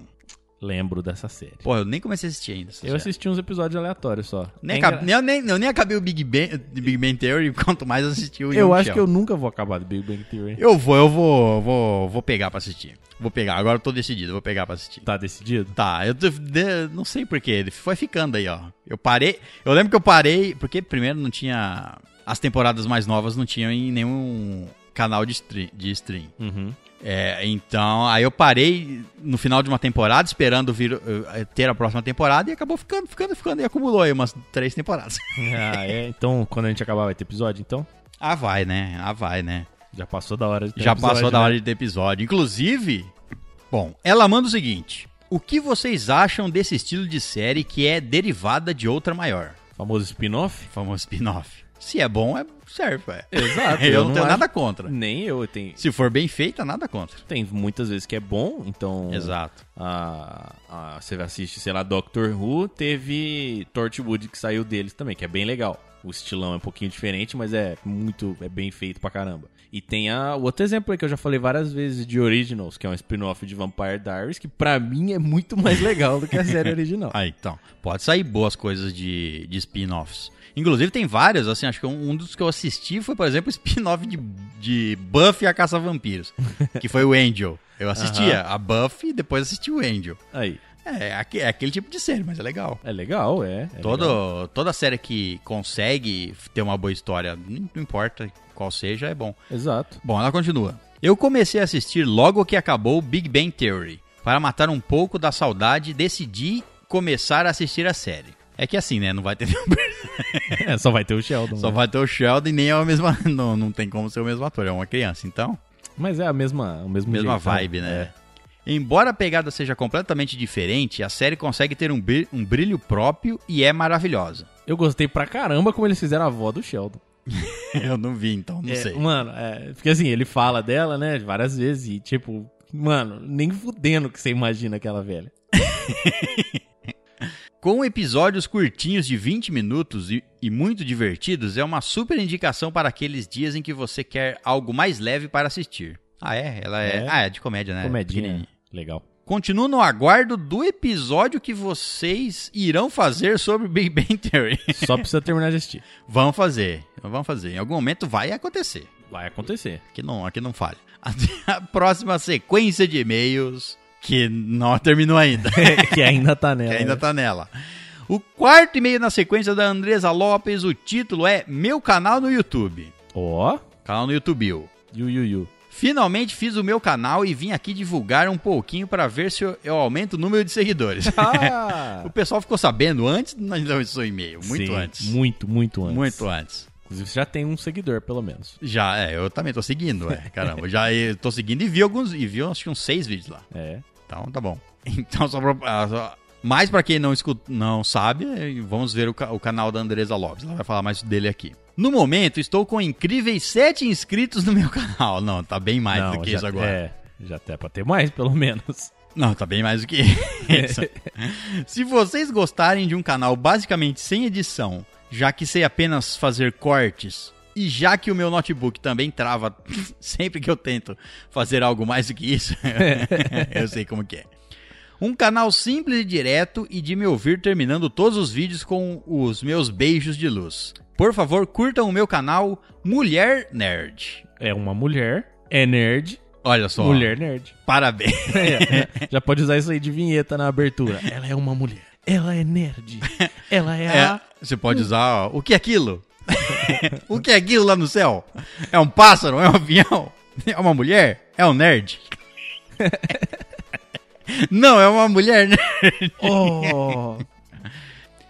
Lembro dessa série. Pô, eu nem comecei a assistir ainda. essa Eu série. assisti uns episódios aleatórios só. é. Nem É acab- engra- nem- eu, nem, eu nem acabei o Big Bang, Big Bang Theory, <laughs> quanto mais assisti o Young Eu acho que eu Sheldon. nunca vou acabar do Big Bang Theory. Eu vou, eu vou, vou, vou pegar pra assistir. Vou pegar, agora eu tô decidido, vou pegar pra assistir. Tá decidido? Tá, eu def- de- não sei porquê, ele foi ficando aí, ó. Eu parei, eu lembro que eu parei, porque primeiro não tinha, as temporadas mais novas não tinham em nenhum canal de stream. De stream. Uhum. É, então, aí eu parei no final de uma temporada, esperando vir, eh, ter a próxima temporada, e acabou ficando, ficando, ficando, e acumulou aí umas três temporadas. <laughs> Ah, é. Então, quando a gente acabar vai ter episódio, então? ah, vai, né? Ah, vai, né? Já passou da hora de ter Já episódio, passou da né? hora de ter episódio. Inclusive, bom, ela manda o seguinte: O que vocês acham desse estilo de série que é derivada de outra maior? Famoso spin-off? Famoso spin-off. Se é bom, é serve, é. Exato. <laughs> eu, não tenho acho- nada contra. Nem eu. Tem, Se for bem feita, nada contra. tem muitas vezes que é bom, então. Exato. A, a- você assiste, sei lá, Doctor Who, teve Torchwood que saiu deles também, que é bem legal. O estilão é um pouquinho diferente, mas é muito, é bem feito pra caramba. E tem a, o outro exemplo aí que eu já falei várias vezes de Originals, que é um spin-off de Vampire Diaries, que pra mim é muito mais legal do que a série original. Ah, então. Pode sair boas coisas de, de spin-offs. Inclusive, tem vários, assim, acho que um, um dos que eu assisti foi, por exemplo, o spin-off de, de Buffy e a Caça-Vampiros, que foi o Angel. Eu assistia a Buffy e depois assisti o Angel. <laughs> Aí, É, aque- é aquele tipo de série, mas é legal. é legal, é. é legal. Todo, toda série que consegue ter uma boa história, não não importa qual seja, é bom. Exato. Bom, ela continua. Eu comecei a assistir logo que acabou Big Bang Theory. Para matar um pouco da saudade, decidi começar a assistir a série. É que assim, né? Não vai ter <laughs> <laughs> É, só vai ter o Sheldon. só né? vai ter o Sheldon e nem é o mesmo, <laughs> não, não tem como ser o mesmo ator, é uma criança, então. Mas é a mesma, o mesmo Mesma jeito, É. vibe, né? Embora a pegada seja completamente diferente, a série consegue ter um bri- um brilho próprio e é maravilhosa. <laughs> Eu gostei pra caramba como eles fizeram a avó do Sheldon. Eu não vi, então não É, sei. Mano, é, porque assim, ele fala dela, né, várias vezes e tipo, mano, nem fudendo que você imagina aquela velha. Com episódios curtinhos de 20 minutos e, e muito divertidos, é uma super indicação para aqueles dias em que você quer algo mais leve para assistir. Ah, é? Ela é. É. Ah, é de comédia, né? Comedinha. Pequenininha. Legal. Continuo no aguardo do episódio que vocês irão fazer sobre Big <laughs> Bang Theory. Só precisa terminar de assistir. Vão fazer, vão fazer. Em algum momento vai acontecer. Vai acontecer. Aqui não, aqui não falha. <laughs> Até a próxima sequência de e-mails, que não terminou ainda, <laughs> que ainda tá nela. que ainda tá nela. O quarto e-mail na sequência da Andresa Lopes, o título é Meu canal no YouTube. Ó, Canal no YouTube. Yu Yu Yu. Finalmente fiz o meu canal e vim aqui divulgar um pouquinho para ver se eu, eu aumento o número de <laughs> seguidores. Ah! O pessoal ficou sabendo antes do seu e-mail, muito Sim, antes. Muito, muito antes. Muito antes. Inclusive, você já tem um seguidor, pelo menos. Já, é, eu também tô seguindo, é. Caramba, já eh, tô seguindo e vi alguns, e vi acho que uns seis vídeos lá. É. Então tá bom. <laughs> Então, só pra, ah, só- mais pra quem não, escuta, não sabe, eh, vamos ver o, ca- o canal da Andresa Lopes. Ela vai falar mais dele aqui. No momento, estou com incríveis sete inscritos no meu <laughs> canal. Não, tá bem mais Não, do que já- isso agora. É, já até pra ter mais, pelo menos. Não, tá bem mais do que <laughs> isso. Se vocês gostarem de um canal basicamente sem edição, já que sei apenas fazer cortes, e já que o meu notebook também trava <laughs> sempre que eu tento fazer algo mais do que isso, <laughs> eu sei como que é. Um canal simples e direto e de me ouvir terminando todos os vídeos com os meus beijos de luz. Por favor, curtam o meu canal Mulher Nerd. É uma mulher, é nerd, Olha só, mulher nerd. parabéns. <laughs> É, já pode usar isso aí de vinheta na abertura. Ela é uma mulher. Ela é <laughs> nerd. Ela é, É, a. você pode usar ó, o que é aquilo? <laughs> o que é aquilo lá no céu? É um pássaro? É um avião? <laughs> É uma mulher? É um nerd? <laughs> não, é uma mulher nerd. Oh!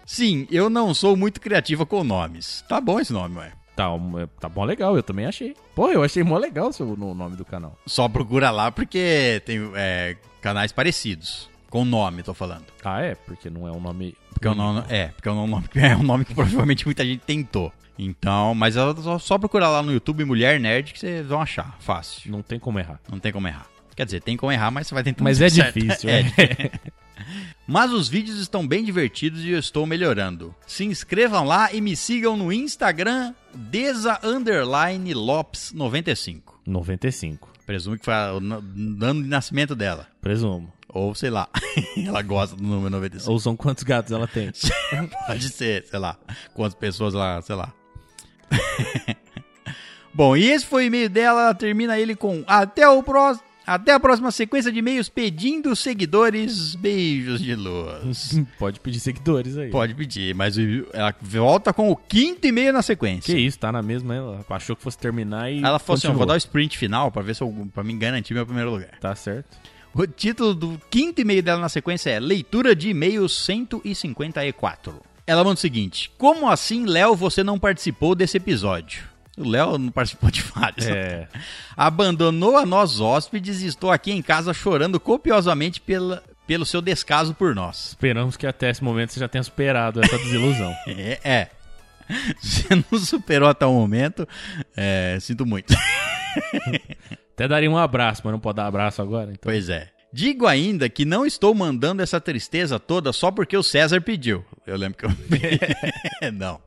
Sim, eu não sou muito criativa com nomes. Tá bom esse nome, ué. <laughs> Tá, um- tá bom legal, eu também achei. Pô, eu achei mó legal o seu- no nome do canal. Só procura lá porque tem é, canais parecidos. Com nome, tô falando. Ah, é, porque não é um nome. Porque é um nome, é, porque é um nome, é um nome que <laughs> provavelmente muita gente tentou. Então, mas é só, só procurar lá no YouTube Mulher Nerd que vocês vão achar. Fácil. Não tem como errar. Não tem como errar. Quer dizer, tem como errar, mas você vai tentar Mas fazer é certo. <laughs> difícil, É é. <laughs> difícil. Mas os vídeos estão bem divertidos e eu estou melhorando. Se inscrevam lá e me sigam no Instagram Desa Underline Lopes 95. 95. Presumo que foi a- o n- ano de nascimento dela. Presumo. Ou sei lá. <laughs> ela gosta do número 95. Ou são quantos gatos ela tem? <laughs> Pode ser, sei lá. Quantas pessoas lá, sei lá. <laughs> Bom, e esse foi o e-mail dela. Ela termina ele com até o próximo. Até a próxima sequência de e-mails pedindo seguidores. Beijos de <laughs> luz. Pode pedir seguidores aí. Pode pedir, mas o- ela volta com o quinto e-mail na Que sequência. isso, tá na mesma. Ela achou que fosse terminar e. Ela falou assim: eu continuou. vou dar o sprint final pra ver se eu, pra mim garantir meu primeiro lugar. Tá certo. O título do quinto e-mail dela na sequência é Leitura de e-mail 154. Ela manda o seguinte: Como assim, Léo, você não participou desse episódio? O Léo não participou de vários. É. <laughs> Abandonou a nós hóspedes e estou aqui em casa chorando copiosamente pela, pelo seu descaso por nós. Esperamos que até esse momento você já tenha superado essa desilusão. <laughs> É. é. <laughs> Você não superou até o momento. É, sinto muito. até daria um abraço, mas não pode dar abraço agora, então. Pois é. Digo ainda que não estou mandando essa tristeza toda só porque o César pediu. Eu lembro que eu pedi. <laughs> não.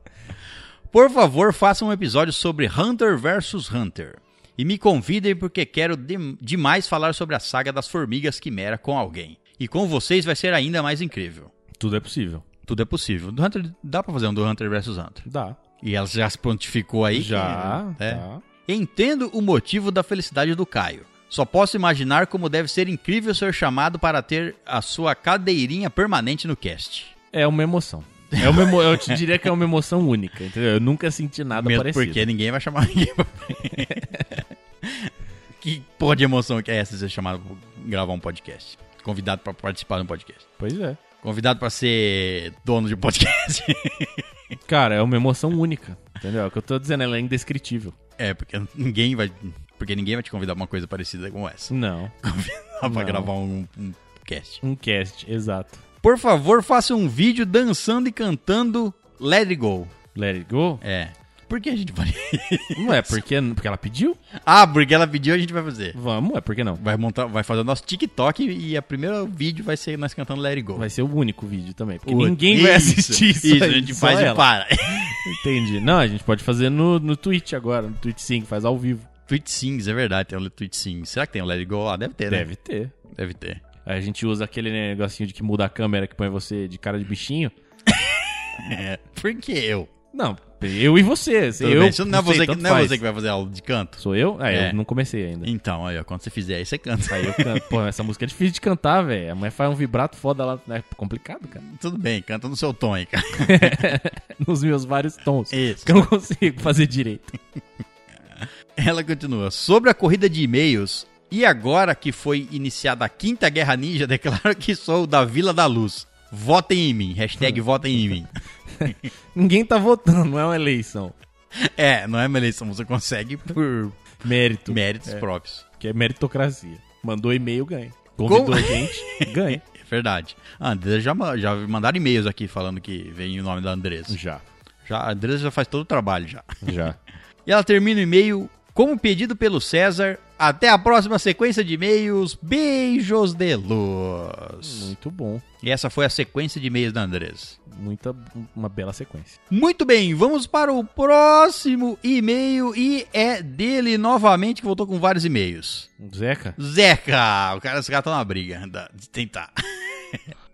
Por favor, faça um episódio sobre Hunter vs Hunter. E me convidem porque quero dem- demais falar sobre a saga das formigas quimera com alguém. E com vocês vai ser ainda mais incrível. Tudo é possível. Tudo é possível. Do Hunter, dá pra fazer um do Hunter vs Hunter. Dá. E ela já se prontificou aí? que- Já. É. Tá. Entendo o motivo da felicidade do Caio. Só posso imaginar como deve ser incrível ser chamado para ter a sua cadeirinha permanente no cast. É uma emoção. É uma emo... Eu te diria que é uma emoção única, entendeu? Eu nunca senti nada Mesmo parecido. porque ninguém vai chamar <laughs> ninguém. pra- que porra de emoção que é essa de ser chamado pra gravar um podcast? Convidado para participar de um podcast. Pois é. Convidado para ser dono de um podcast. <laughs> Cara, é uma emoção única, entendeu? É o que eu tô dizendo, ela é indescritível. é, porque ninguém vai, porque ninguém vai te convidar pra uma coisa parecida com essa. <laughs> Não. Convidar para Não. gravar um, um cast. Um cast, exato. Por favor, faça um vídeo dançando e cantando Let It Go. Let it go? É. Por que a gente vai. <laughs> Não é porque, porque ela pediu? ah, porque ela pediu, a gente vai fazer. Vamos, é porque não. Vai montar, vai fazer o nosso TikTok e a primeira vídeo vai ser nós cantando Let It Go. Vai ser o único vídeo também, porque Pô, ninguém vai isso, assistir isso. Isso, a gente só faz e ela. para. <laughs> Entendi. Não, a gente pode fazer no, no Twitch agora, no Twitch sim, que faz ao vivo. Tweet Sings, é verdade, tem o Tweet Sings. Será que tem o Let It Go lá? Deve ter, né? Deve ter. Deve ter. Aí A gente usa aquele negocinho de que muda a câmera que põe você de cara de bichinho. É. Por que eu? Não, eu e você. Tudo eu, bem, isso não, é sei, você, que- tanto não é faz. você que vai fazer aula de canto? Sou eu? Ah, É. eu não comecei ainda. Então, aí, ó, quando você fizer aí, você canta. Aí eu canto. Pô, essa música é difícil de cantar, velho. A mulher faz um vibrato foda lá. É complicado, cara. <laughs> <laughs> Tudo bem, canta no seu tom aí, cara. Nos meus vários tons. Isso. Que eu não consigo fazer direito. Ela continua. Sobre a corrida de e-mails, e agora que foi iniciada a quinta guerra ninja, <laughs> declaro que sou da Vila da Luz. Votem em mim. Hashtag votem em mim. Ninguém tá votando, não é uma eleição. É, não é uma eleição, você consegue por Mérito. méritos próprios. Que é meritocracia. Mandou e-mail, ganha. Convidou Como? a gente, ganha. É verdade. A Andresa já, ma- já mandaram e-mails aqui falando que vem o nome da Andresa. Já, <laughs> Já, a Andresa já faz todo o trabalho já. já. E ela termina o e-mail como pedido pelo César. Até a próxima sequência de e-mails. Beijos de luz. Muito bom. E essa foi a sequência de e-mails da Andresa. Muita, uma bela sequência. Muito bem, vamos para o próximo e-mail e é dele novamente que voltou com vários e-mails. Zeca, Zeca, o cara, esse cara tá na briga da- de tentar.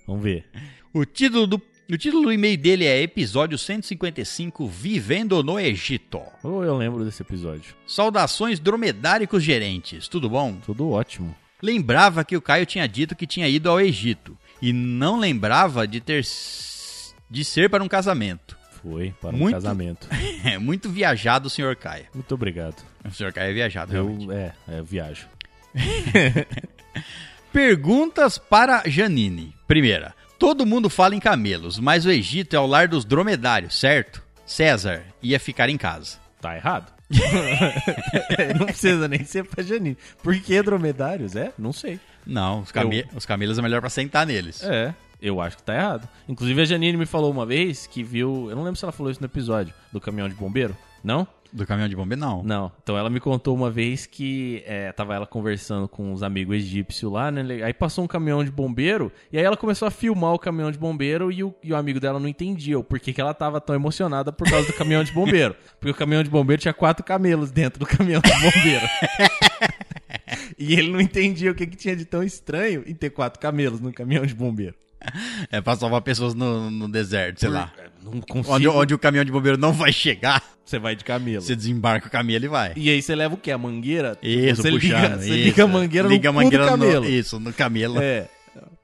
vamos ver. O título do o título do e-mail dele é Episódio 155 Vivendo no Egito. Oh, eu lembro desse episódio. Saudações dromedáricos gerentes, tudo bom? Tudo ótimo. Lembrava que o Caio tinha dito que tinha ido ao Egito e não lembrava de ter s- de ser para um casamento. <laughs> Foi para um Muito- casamento. É muito viajado o senhor Caio. Muito obrigado. O senhor Caio é viajado, realmente. Eu, é, é, eu viajo. Perguntas para Janine. Primeira, todo mundo fala em camelos, mas o Egito é o lar dos dromedários, certo? César ia ficar em casa. Tá errado. <laughs> não precisa nem ser pra Janine. Por que dromedários? É? Não sei. Não, os, came os camelos é melhor pra sentar neles. É, eu acho que tá errado. Inclusive a Janine me falou uma vez que viu. Eu não lembro se ela falou isso no episódio do caminhão de bombeiro. Não? Do caminhão de bombeiro, não. Não. Então ela me contou uma vez que é, tava ela conversando com uns amigos egípcios lá, né? Aí passou um caminhão de bombeiro e aí ela começou a filmar o caminhão de bombeiro e o, e o amigo dela não entendia o porquê que ela tava tão emocionada por causa do caminhão de <laughs> bombeiro. Porque o caminhão de bombeiro tinha quatro camelos dentro do caminhão de bombeiro. <laughs> E ele não entendia o que, que tinha de tão estranho em ter quatro camelos no caminhão de bombeiro. É pra salvar pessoas no, no deserto, sei lá. É, Não consigo. Onde, onde o caminhão de bombeiro não vai chegar, Você vai de camelo. você desembarca o camelo e vai. E aí você leva o quê? A mangueira? Tipo, Isso, você puxando. Liga, você isso. é. liga a mangueira Liga a no mangueira cu do camelo. No, isso, no camelo. É.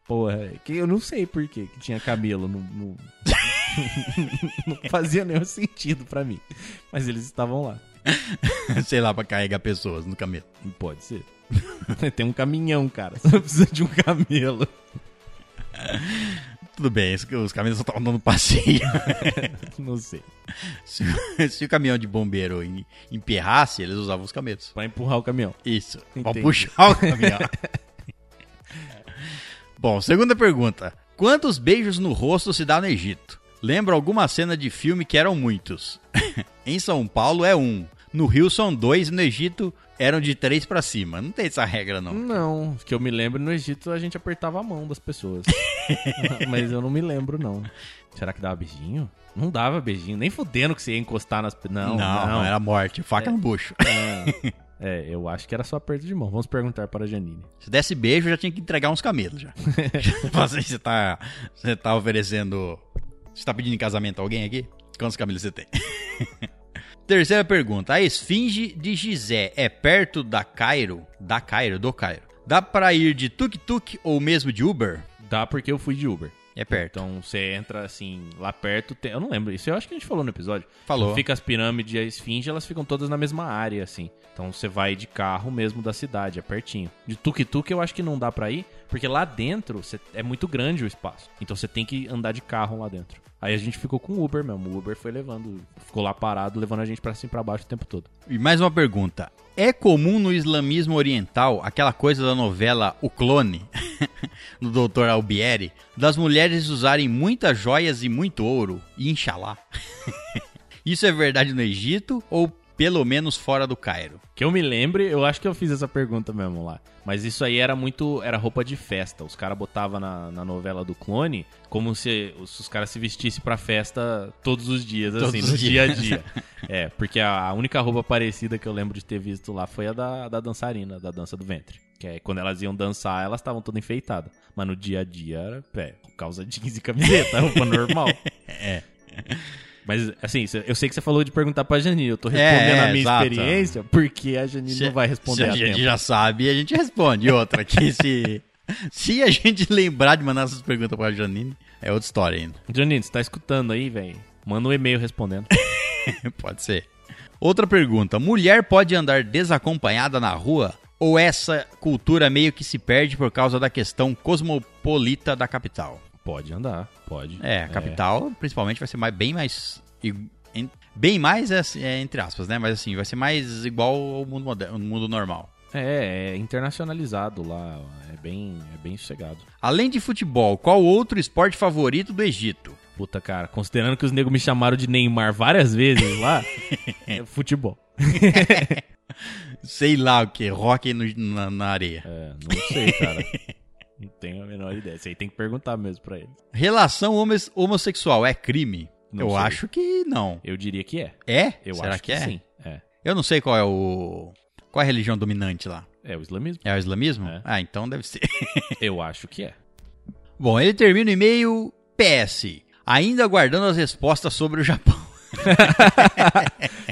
Porra, é que eu não sei por quê que tinha camelo no... no- <laughs> não fazia nenhum sentido pra mim. Mas eles estavam lá. <laughs> Sei lá, pra carregar pessoas no camelo. Não pode ser. <laughs> Tem um caminhão, cara. <laughs> Você não precisa de um camelo. Tudo bem, isso que os camelos só estavam dando passeio. <laughs> Não sei. Se, se o <laughs> caminhão de bombeiro em- emperrasse, eles usavam os camelos. Pra empurrar o caminhão. Isso. Pra Entendi. <laughs> puxar o caminhão. Bom, segunda pergunta. Quantos beijos no rosto se dá no Egito? Lembro alguma cena de filme que eram muitos. <laughs> em São Paulo é um. No Rio são dois e no Egito eram de três pra cima. Não tem essa regra, Hum, não. Não, que eu me lembro, no Egito a gente apertava a mão das pessoas. <laughs> Mas eu não me lembro, não. Será que dava beijinho? Não dava beijinho, nem fudendo que você ia encostar nas... pe- Não, não. <laughs> era morte. Faca no bucho. É. É, eu acho que era só aperto de mão. Vamos perguntar para a Janine. Se desse beijo, já tinha que entregar uns camelos já. Fala assim, você tá, você tá oferecendo. Você tá pedindo em casamento a alguém aqui? Quantos camelos você tem? <laughs> Terceira pergunta. A esfinge de Gizé é perto da Cairo? Da Cairo, do Cairo. Dá pra ir de tuk-tuk ou mesmo de Uber? Dá porque eu fui de Uber. É perto. Então você entra assim, lá perto. tem- Eu não lembro. Isso eu acho que a gente falou no episódio. Falou. Fica as pirâmides e a esfinge, elas ficam todas na mesma área, assim. Então você vai de carro mesmo da cidade, é pertinho. De tuk-tuk eu acho que não dá pra ir, porque lá dentro você- é muito grande o espaço. Então você tem que andar de carro lá dentro. Aí a gente ficou com o Uber mesmo. O Uber foi levando, ficou lá parado, levando a gente pra cima e pra baixo o tempo todo. E mais uma pergunta. É comum no islamismo oriental aquela coisa da novela O Clone, <laughs> do Dr. Albieri, das mulheres usarem muitas joias e muito ouro, e inxalá, <laughs> Isso é verdade no Egito ou pelo menos fora do Cairo? Que eu me lembre, eu acho que eu fiz essa pergunta mesmo lá. Mas isso aí era muito. Era roupa de festa. Os caras botavam na, na novela do clone como se os, os caras se vestissem pra festa todos os dias, Todos assim, os no dia a dias. <laughs> dia. é, porque a, a única roupa parecida que eu lembro de ter visto lá foi a da, da dançarina, da dança do ventre. Que é quando elas iam dançar, elas estavam todas enfeitadas. Mas no dia a dia era, é, calça jeans e camiseta, <laughs> roupa normal. É. Mas, assim, cê- eu sei que você falou de perguntar pra Janine. Eu tô É, respondendo é, a minha exato. experiência, porque a Janine não vai responder se a a gente tempo. já sabe, a gente responde. E outra, que se, <laughs> se a gente lembrar de mandar essas perguntas pra Janine, é outra história ainda. Janine, você tá escutando aí, velho? Manda um e-mail respondendo. <laughs> Pode ser. Outra pergunta: mulher pode andar desacompanhada na rua? Ou essa cultura meio que se perde por causa da questão cosmopolita da capital? <laughs> pode andar, pode. É, a capital principalmente vai ser mais, bem mais. i- en- Bem mais é, assim, é entre aspas, né? Mas assim, vai ser mais igual ao mundo, moderno, mundo normal. É, é internacionalizado lá. É bem, é bem sossegado. Além de futebol, qual outro esporte favorito do Egito? Puta, cara, considerando que os negros me chamaram de Neymar várias vezes <laughs> lá, é futebol. Sei lá o que, rock no- na, na areia. É, não sei, cara. <laughs> não tenho a menor ideia. Isso aí tem que perguntar mesmo pra eles. Relação homo- homossexual é crime? Não Eu sei. acho que não. Eu diria que é. É? Eu Será acho que, é? sim. É. Eu não sei qual é o. Qual é a religião dominante lá? É o <laughs> islamismo? É o islamismo? É. Ah, então deve ser. <laughs> Eu acho que é. Bom, ele termina o e-mail PS. Ainda aguardando as respostas sobre o Japão. <laughs>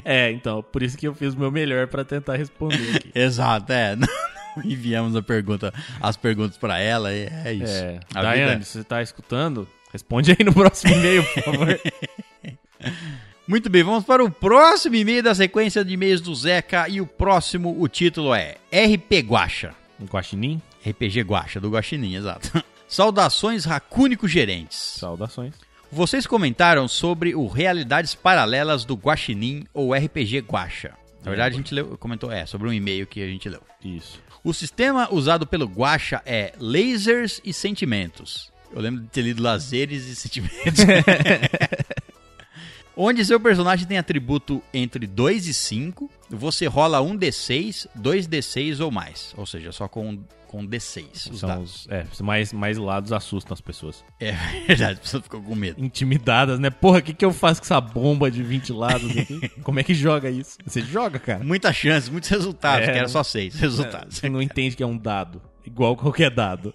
É, então, por isso que eu fiz o meu melhor pra tentar responder <laughs> aqui. Exato, é. <laughs> Não, não enviamos a pergunta, as perguntas pra ela, e é isso. É, A Daiane, vida- se você tá escutando, responde aí no <laughs> próximo e-mail, por favor. Muito bem, vamos para o próximo e-mail da sequência de e-mails do Zeca. E o próximo, o título é RP Guacha. <laughs> Um guaxinim? RPG Guacha, do Guaxinim, exato. <laughs> Saudações racúnicos gerentes. Saudações. Vocês comentaram sobre o Realidades Paralelas do Guaxinim ou RPG Guacha. Na verdade, a gente leu- comentou, é, sobre um e-mail que a gente leu. Isso. O sistema usado pelo Guacha é lasers e sentimentos. Eu lembro de ter lido lazeres e <laughs> sentimentos. Onde seu personagem tem atributo entre 2 e 5, você rola um D6, 2D6 ou mais. Ou seja, só com, com D6. Os São dados. os, é, os mais, mais lados assustam as pessoas. É <laughs> verdade, a pessoa ficou com medo. Intimidadas, né? Porra, o que, que eu faço com essa bomba de 20 lados <laughs> aqui? Como é que joga isso? Você joga, cara. Muita chance, muitos resultados, É. que era só 6 resultados. Você não entende que é um dado. Igual qualquer dado.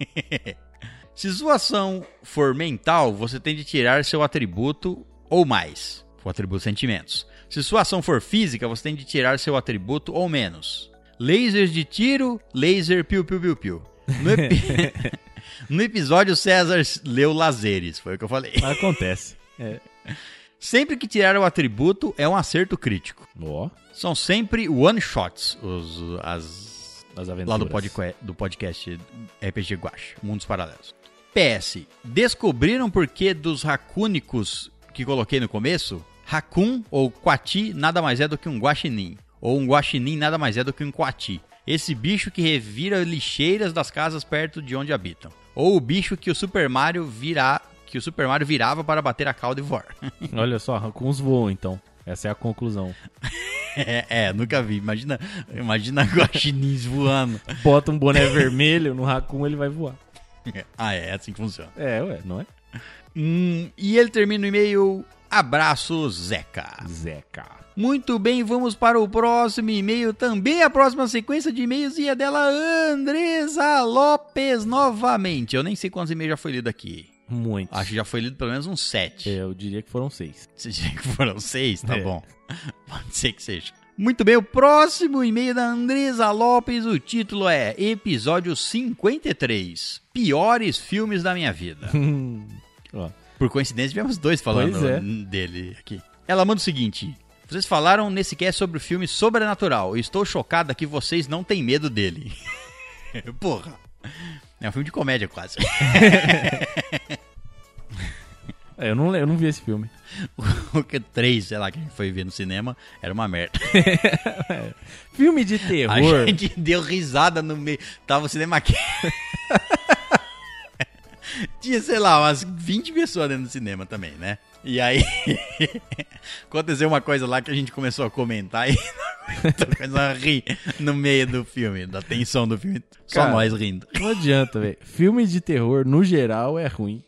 Se sua ação for mental, você tem de tirar seu atributo ou mais, o atributo sentimentos. Se sua ação for física, você tem de tirar seu atributo ou menos. Lasers de tiro, laser piu piu piu piu. No, epi- <laughs> no episódio César leu lazeres, foi o que eu falei. <laughs> Acontece. É. Sempre que tirar o atributo é um acerto crítico. Ó, São sempre one shots, os, as as aventuras. lá do, podque- do podcast RPG Guache, Mundos Paralelos. PS, descobriram por que dos racúnicos que coloquei no começo? Racun ou Quati nada mais é do que um guaxinim, ou um guaxinim nada mais é do que um quati. Esse bicho que revira lixeiras das casas perto de onde habitam, ou o bicho que o Super Mario virá que o Super Mario virava para bater a cauda e voar. <laughs> Olha só, Racuns voam então. Essa é a <laughs> conclusão. é, é, nunca vi. Imagina, imagina <laughs> guaxinins voando. <laughs> Bota um boné vermelho no Racun, ele vai voar. ah, é, é assim que funciona. É, ué, não é? Hum, e ele termina o e-mail. Abraço, Zeca. Zeca. Muito bem, vamos para o próximo e-mail. Também a próxima sequência de e-mails e a dela, Andresa Lopes, novamente. Eu nem sei quantos e-mails já foi lido aqui. Muitos. Acho que já foi lido pelo menos uns sete. É, Eu diria que foram seis. Se dizer que foram seis, tá É. bom. <laughs> Pode ser que seja. Muito bem, o próximo e-mail da Andresa Lopes. O título é Episódio 53: Piores filmes da minha vida. Ó, Por coincidência, tivemos dois falando Pois é. dele aqui. Ela manda o seguinte: Vocês falaram nesse cast sobre o filme Sobrenatural. Eu estou chocada que vocês não têm medo dele. <laughs> Porra. É um filme de comédia, quase. <laughs> é, eu, não, le- eu não vi esse filme. o que três, sei lá, que a gente foi ver no cinema, era uma merda. Filme <laughs> de A terror. <laughs> gente deu risada no meio. Tava o cinema aqui. Tinha, sei lá, umas 20 pessoas dentro do cinema também, né? E aí <laughs> aconteceu uma coisa lá que a gente começou a comentar <laughs> e começou a rir no meio do filme, da tensão do filme. Só Cara, nós rindo. Não adianta, velho. Filme de terror, no geral, é ruim.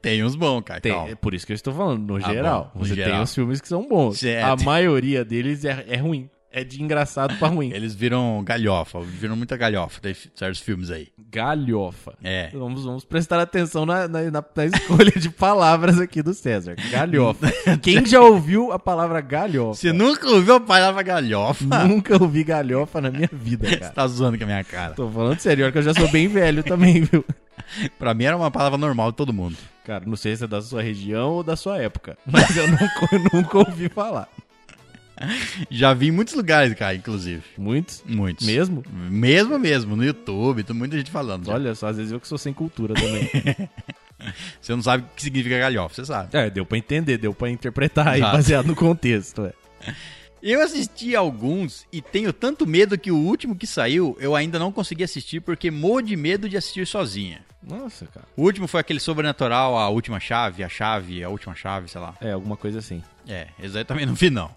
Tem uns bons, cara. Tem- calma. é por isso que eu estou falando, no Tá geral. bom, no Você tem geral. os filmes que são bons. Certo. A maioria deles é, é ruim. É de engraçado pra ruim. Eles viram galhofa, viram muita galhofa. Tem fi- certos filmes aí. Galhofa. É. Vamos, vamos prestar atenção na, na- na- na escolha de palavras aqui do César. <laughs> Galhofa. Quem já ouviu a palavra galhofa? Você nunca ouviu a palavra galhofa? Nunca ouvi galhofa na minha vida, Você cara. tá zoando com a minha cara. Tô falando sério, olha que eu já sou bem velho também, viu? Pra mim era uma palavra normal de todo mundo. Cara, não sei se é da sua região ou da sua época, <laughs> mas eu nunca, eu nunca ouvi falar. Já vi em muitos lugares, cara, inclusive. Muitos? Muitos. Mesmo? Mesmo, mesmo, no YouTube, tem muita gente falando. né? já. Olha só, às vezes eu que sou sem cultura também. Você não sabe o que significa galhofa, você sabe. <laughs> É, deu pra entender, deu pra interpretar aí, Exato. baseado no contexto. É. Eu assisti alguns e tenho tanto medo que o último que saiu eu ainda não consegui assistir porque morro de medo de assistir sozinha. Nossa, cara. O último foi aquele sobrenatural, a última chave, a chave, a última chave, sei lá. É, alguma coisa assim. É, exatamente não vi não.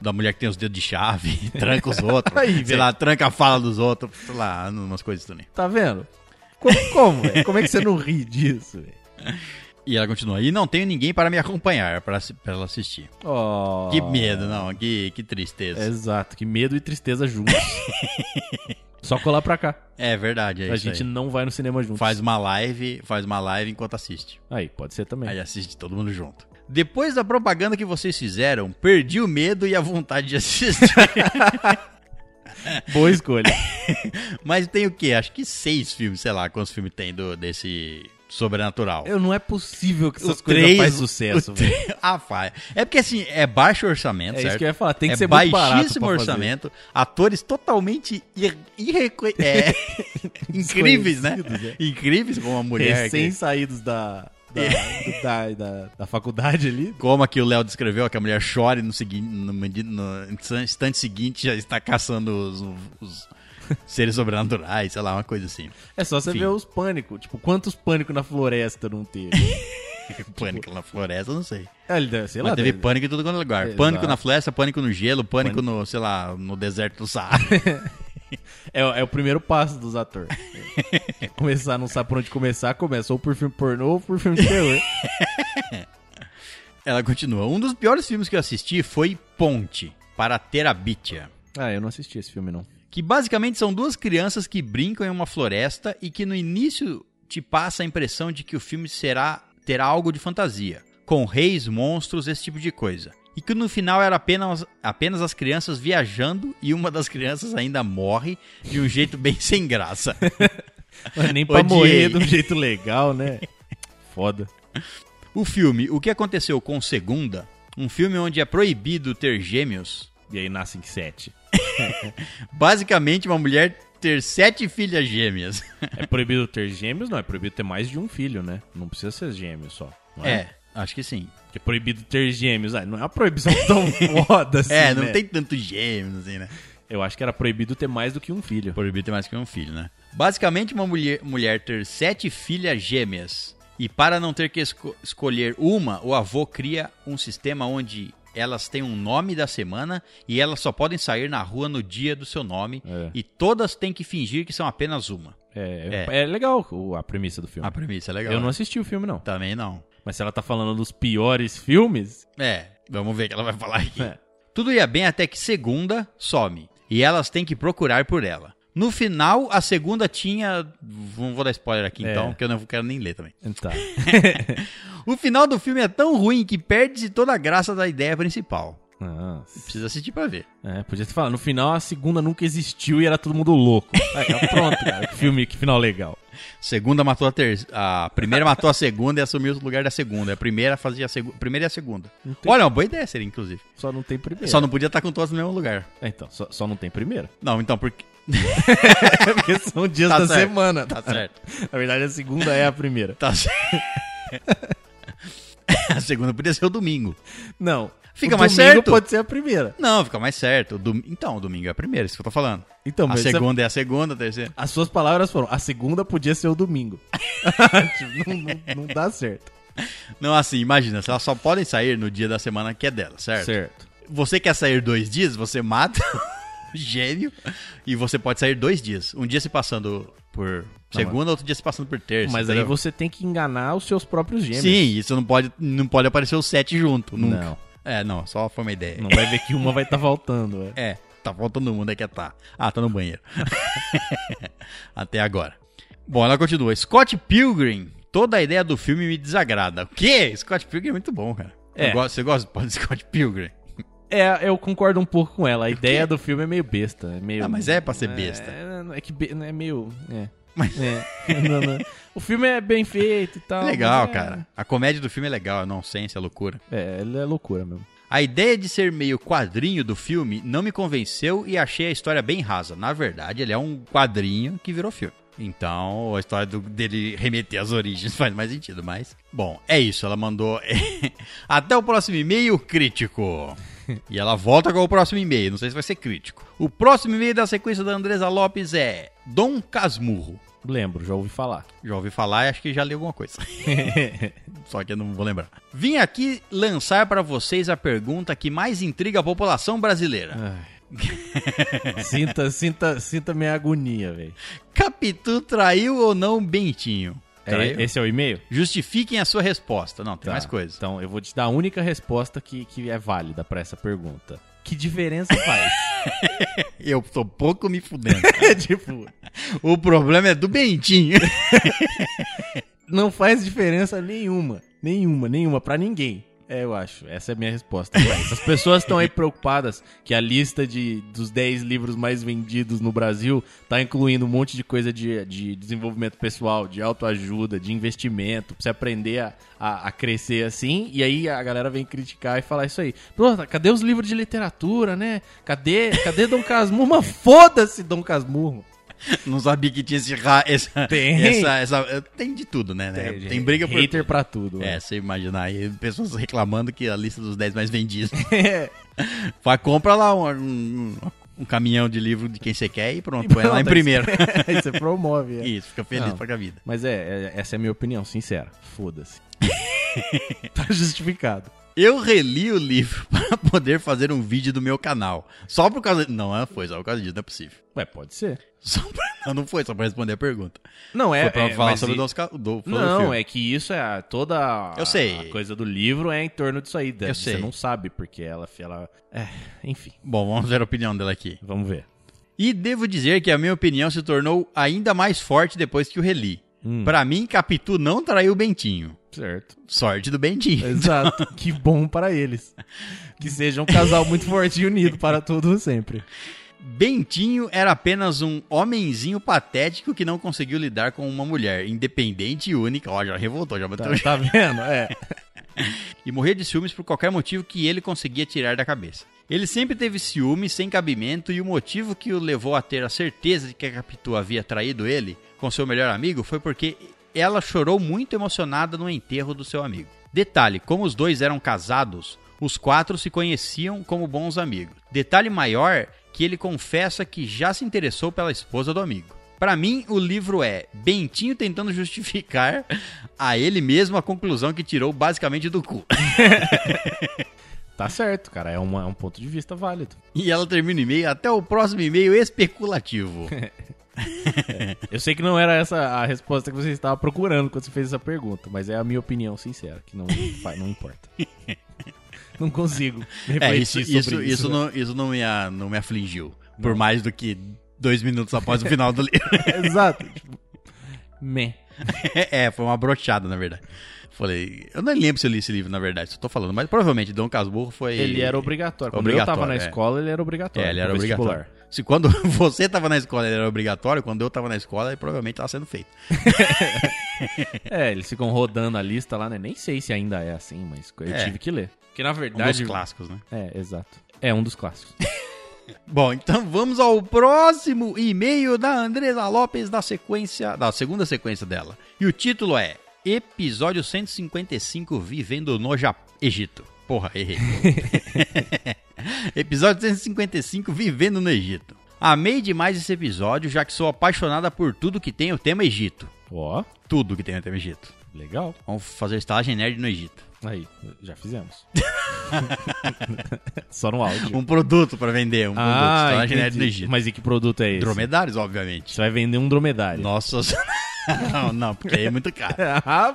Da mulher que tem os dedos de chave, <laughs> tranca os outros, Aí, sei velho. lá, tranca a fala dos outros, sei lá, umas coisas também. Tá vendo? Como, como, velho? Como é que você não ri disso, velho? E ela continua, e não tenho ninguém para me acompanhar, para assi- para ela assistir. Oh, Que medo, não, que, que tristeza. Exato, que medo e tristeza juntos. <laughs> Só colar pra cá. É, verdade, é a isso gente aí. não vai no cinema juntos. Faz uma live, faz uma live enquanto assiste. Aí, pode ser também. Aí assiste todo mundo junto. Depois da propaganda que vocês fizeram, perdi o medo e a vontade de <laughs> assistir. Boa escolha. Mas tem o quê? Acho que seis filmes, sei lá, quantos filmes tem do, desse sobrenatural. Eu, não é possível que essas O coisas três- fazem sucesso, o velho. três- <laughs> Ah, faz. É porque assim, é baixo orçamento, É certo? isso que eu ia falar. Tem que é ser muito barato baixíssimo pra fazer. orçamento, atores totalmente ir- <laughs> irreco- é, incríveis, né? Desconhecidos, Incríveis, como a mulher que- Recém-saídos da, É. da, do- da, da, da faculdade ali. Como aqui o Léo descreveu, que a mulher chora e no, seguinte, no, medi- no instan- instante seguinte já está caçando os, os seres sobrenaturais, sei lá, uma coisa <laughs> assim. É só você Enfim. ver os pânico. Tipo, quantos pânico na floresta não teve? <laughs> Pânico na floresta, eu não sei. Olha, sei Mas lá. teve É, deve- pânico em todo quanto é lugar. Exato. Pânico na floresta, pânico no gelo, pânico, no, sei lá, no deserto do Saara. <laughs> É, é o primeiro passo dos atores. É começar, não sabe por onde começar, começa ou por filme pornô ou por filme de terror. Ela continua. Um dos piores filmes que eu assisti foi Ponte, para Terabitia. <laughs> ah, eu não assisti esse filme, não. Que basicamente são duas crianças que brincam em uma floresta e que no início te passa a impressão de que o filme será terá algo de fantasia, com reis, monstros, esse tipo de coisa. E que no final era apenas, apenas as crianças viajando e uma das crianças ainda morre de um jeito bem <laughs> sem graça. Mas nem pra Odiei. morrer de um jeito legal, né? Foda. O filme O que aconteceu com Segunda, um filme onde é proibido ter gêmeos, E aí nascem sete. basicamente uma mulher ter sete filhas gêmeas. É proibido ter gêmeos? Não, é proibido ter mais de um filho, né? Não precisa ser gêmeo só. não <laughs> É, acho que sim. É proibido ter gêmeos. Ah, não é uma proibição <laughs> tão foda assim. É, não né? tem tanto gêmeos assim, né? Eu acho que era proibido ter mais do que um filho. Proibido ter mais que um filho, né? Basicamente, uma mulher, mulher ter sete filhas gêmeas. E para não ter que esco- escolher uma, o avô cria um sistema onde elas têm um nome da semana e elas só podem sair na rua no dia do seu nome. É. E todas têm que fingir que são apenas uma. É, é. legal o- a premissa do filme. A premissa é legal. Eu não né? assisti o filme, não. Também não. Mas se ela tá falando dos piores filmes. É, vamos ver o que ela vai falar aqui. É. Tudo ia bem até que segunda some e elas têm que procurar por ela. No final, a segunda tinha. Não vou dar spoiler aqui É. então, porque eu não quero nem ler também. Tá. O final do filme é tão ruim que perde-se toda a graça da ideia principal. Nossa. Precisa assistir pra ver. É, podia ter falado. No final, a segunda nunca existiu e era todo mundo louco. Aí, ó, pronto, cara. Que filme, que final legal. Segunda matou a terceira. A primeira matou a segunda e assumiu o lugar da segunda. A primeira fazia a segunda. Primeira e a segunda. tem- Olha, é uma boa ideia seria, inclusive. Só não tem primeiro. Só não podia estar com todas no mesmo lugar. É, então, só, só não tem primeiro. <laughs> Não, então, porque. É porque são dias Tá da certo. semana. <laughs> Tá certo. Na verdade, a segunda é a primeira. Tá certo. tá <laughs> a segunda podia ser o domingo. Não. Fica o mais domingo certo. pode ser a primeira. Não, fica mais certo. O dom- Então, o domingo é a primeira, isso que eu tô falando. Então, A mas essa- segunda é a segunda, a terceira. as suas palavras foram, a segunda podia ser o <laughs> domingo. Tipo, não, não- não dá certo. Não, assim, imagina, elas só podem sair no dia da semana que é dela, certo? Certo. Você quer sair dois dias, você mata <laughs> o gênio e você pode sair dois dias. Um dia se passando por segunda, outro dia se passando por terça. Tá Mas aí entendeu? você tem que enganar os seus próprios gêmeos. é- Sim, isso não pode, não pode aparecer os sete junto, nunca. Não. É, não, só foi uma ideia. Não vai ver que uma vai estar voltando. É. É, tá faltando um, onde é que tá? Ah, tá no banheiro. <laughs> Até agora. Bom, ela continua. Scott Pilgrim. Toda a ideia do filme me desagrada. O quê? Scott Pilgrim é muito bom, cara. É. Eu gosto- você gosta de <laughs> Scott Pilgrim? É, eu concordo um pouco com ela. A ideia do filme é meio besta. É meio... Ah, mas é pra ser besta. É, é que be- é meio. É. É. <laughs> Não, não. O filme é bem feito e tal. legal, mas é- cara. A comédia do filme é legal, é nonsense, é loucura. É, ele é loucura mesmo. A ideia de ser meio quadrinho do filme não me convenceu e achei a história bem rasa. Na verdade, ele é um quadrinho que virou filme. Então, a história do- dele remeter às origens <laughs> faz mais sentido, mas. Bom, é isso. Ela mandou. <laughs> Até o próximo e-mail, crítico. E ela volta com o próximo e-mail. Não sei se vai ser crítico. O próximo e-mail da sequência da Andresa Lopes é Dom Casmurro. Lembro, já ouvi falar. Já ouvi falar e acho que já li alguma <laughs> coisa. Só que eu não vou lembrar. Vim aqui lançar pra vocês a pergunta que mais intriga a população brasileira. <laughs> Ai. <laughs> sinta, sinta, sinta minha agonia, velho. Capitu traiu ou não o Bentinho? Traiu? É, esse é o e-mail? Justifiquem a sua resposta. Não, tem Tá. mais coisa. Então, eu vou te dar a única resposta que, que é válida pra essa pergunta. Que <laughs> diferença faz? Eu tô pouco me fudendo. É, tipo, <laughs> o problema é do Bentinho. não faz diferença nenhuma. Nenhuma, nenhuma, pra ninguém. É, eu acho. Essa é a minha resposta. pra isso. As pessoas estão aí preocupadas que a lista de, dos 10 livros mais vendidos no Brasil tá incluindo um monte de coisa de, de desenvolvimento pessoal, de autoajuda, de investimento, pra você aprender a, a, a crescer assim. E aí a galera vem criticar e falar isso aí. Pô, cadê os livros de literatura, né? Cadê, cadê Dom Casmurro? Mas Foda-se, Dom Casmurro. <laughs> não sabia que tinha esse ra... essa, Tem. essa, essa- Tem de tudo, né? né? Tem, briga por. É, Hater pra tudo. né? <laughs> É, você imaginar aí, pessoas reclamando que a lista dos 10 mais vendidos É. Vai, compra lá um, um- um caminhão de livro de quem você quer e pronto, põe lá em Pronto, primeiro. <laughs> Aí você promove. <laughs> é. Isso, fica feliz Não. pra com a vida. Mas é, é- essa é a minha opinião, sincera. Foda-se. <laughs> tá justificado. Eu reli o livro <laughs> para poder fazer um vídeo do meu canal. Só por causa. Não, não foi só por causa disso, não é possível. <laughs> Ué, pode ser. Só pra... Não, não foi só pra responder a pergunta. Não, é. foi pra é, falar mas sobre e- o nosso ca- do, falou do Não, filme. é que isso é a- toda a, Eu sei. a coisa do livro é em torno disso aí. da- Eu você sei. não sabe, porque ela. ela é, enfim, Bom, vamos ver a opinião dela aqui. vamos ver. E devo dizer que a minha opinião se tornou ainda mais forte depois que o reli. Hum. Pra mim, Capitu não traiu o Bentinho. Certo. Sorte do Bentinho. <laughs> Exato. que bom para eles. Que seja um casal muito forte e unido para todos sempre. Bentinho era apenas um homenzinho patético que não conseguiu lidar com uma mulher independente e única. Ó, já revoltou, já bateu. Tá, tá vendo? É. E morria de ciúmes por qualquer motivo que ele conseguia tirar da cabeça. Ele sempre teve ciúmes sem cabimento e o motivo que o levou a ter a certeza de que a Capitu havia traído ele com seu melhor amigo foi porque ela chorou muito emocionada no enterro do seu amigo. Detalhe, como os dois eram casados, os quatro se conheciam como bons amigos. Detalhe maior que ele confessa que já se interessou pela esposa do amigo. Pra mim, o livro é Bentinho tentando <laughs> justificar a ele mesmo a conclusão que tirou basicamente do cu. Tá certo, cara. É, uma- é um ponto de vista válido. E ela termina o e-mail, até o próximo e-mail <laughs> especulativo. É, Eu sei que não era essa a resposta que você estava procurando quando você fez essa pergunta, mas é a minha opinião sincera, que <laughs> não, fa- não importa. Não consigo É, refletir isso, sobre isso, isso. isso, <laughs> não, isso não, me, a- não me afligiu. Por mais do que dois minutos após o <laughs> final do livro. <laughs> Exato. Tipo, meh. é, foi uma brochada, na verdade. Falei, eu nem lembro se eu li esse livro, na verdade, só tô falando, mas provavelmente Dom Casmurro foi. Ele era obrigatório. Quando eu tava na Obrigatório, é. escola, ele era obrigatório. É, ele era pro vestibular. obrigatório. Se quando <laughs> você tava na escola ele era obrigatório, quando eu tava na escola ele provavelmente tava sendo feito. É, eles ficam rodando a lista lá, né? Nem sei se ainda é assim, mas eu É. tive que ler. Porque na Um dos verdade. clássicos, né? É, exato. É um <laughs> dos clássicos. Bom, então vamos ao próximo e-mail da Andresa Lopes da sequência, da segunda sequência dela. E o título é Episódio 155, Vivendo no Ja- Egito. Porra, errei. episódio 155, Vivendo no Egito. Amei demais esse episódio, já que sou apaixonada por tudo que tem o tema Egito. Ó, Tudo que tem o tema Egito. legal. Vamos fazer estalagem nerd no Egito. Aí, <laughs> já fizemos. <laughs> Só no áudio. Um produto pra vender, um produto. Estalagem nerd Ah, entendi. no Egito. Mas e que produto é esse? Dromedários, obviamente. Você vai vender um dromedário. Nossa, <laughs> não, não, porque aí é muito <laughs> caro. Ah,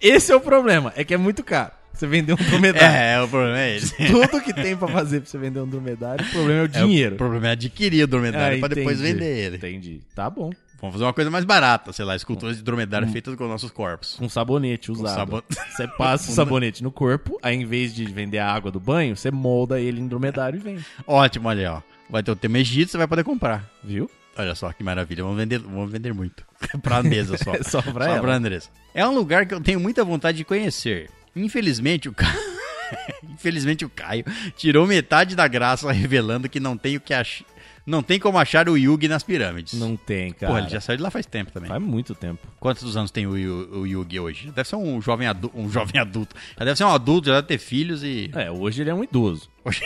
esse é o problema, é que é muito caro. Você vender um dromedário. É, o problema é esse. Tudo que tem pra fazer pra você vender um dromedário, o problema é É, o o dinheiro. problema é adquirir o dromedário Ah, pra depois entendi. vender ele. Entendi. Tá bom. Vamos fazer uma coisa mais barata, sei lá, esculturas de dromedário Hum. feitas com nossos corpos. Com sabonete usado. sabon- Você <laughs> passa o sabonete no corpo, aí em vez de vender a água do banho, você molda ele em dromedário e vende. Ótimo, olha, ó. Vai ter o tema Egito, você vai poder comprar. Viu? Olha só que maravilha, vamos vender, vamos vender muito. <laughs> pra mesa só. <laughs> É só pra ela. Andressa. É um lugar que eu tenho muita vontade de conhecer. Infelizmente, o Caio. <laughs> Infelizmente, o Caio tirou metade da graça revelando que não tem o que ach... Não tem como achar o Yugi nas pirâmides. Não tem, cara. Porra, ele já saiu de lá faz tempo também. Faz muito tempo. Quantos anos tem o, Yu- o Yugi hoje? Deve ser um jovem, adu- um jovem adulto. Já deve ser um adulto, já deve ter filhos e. É, hoje ele é um idoso. Hoje-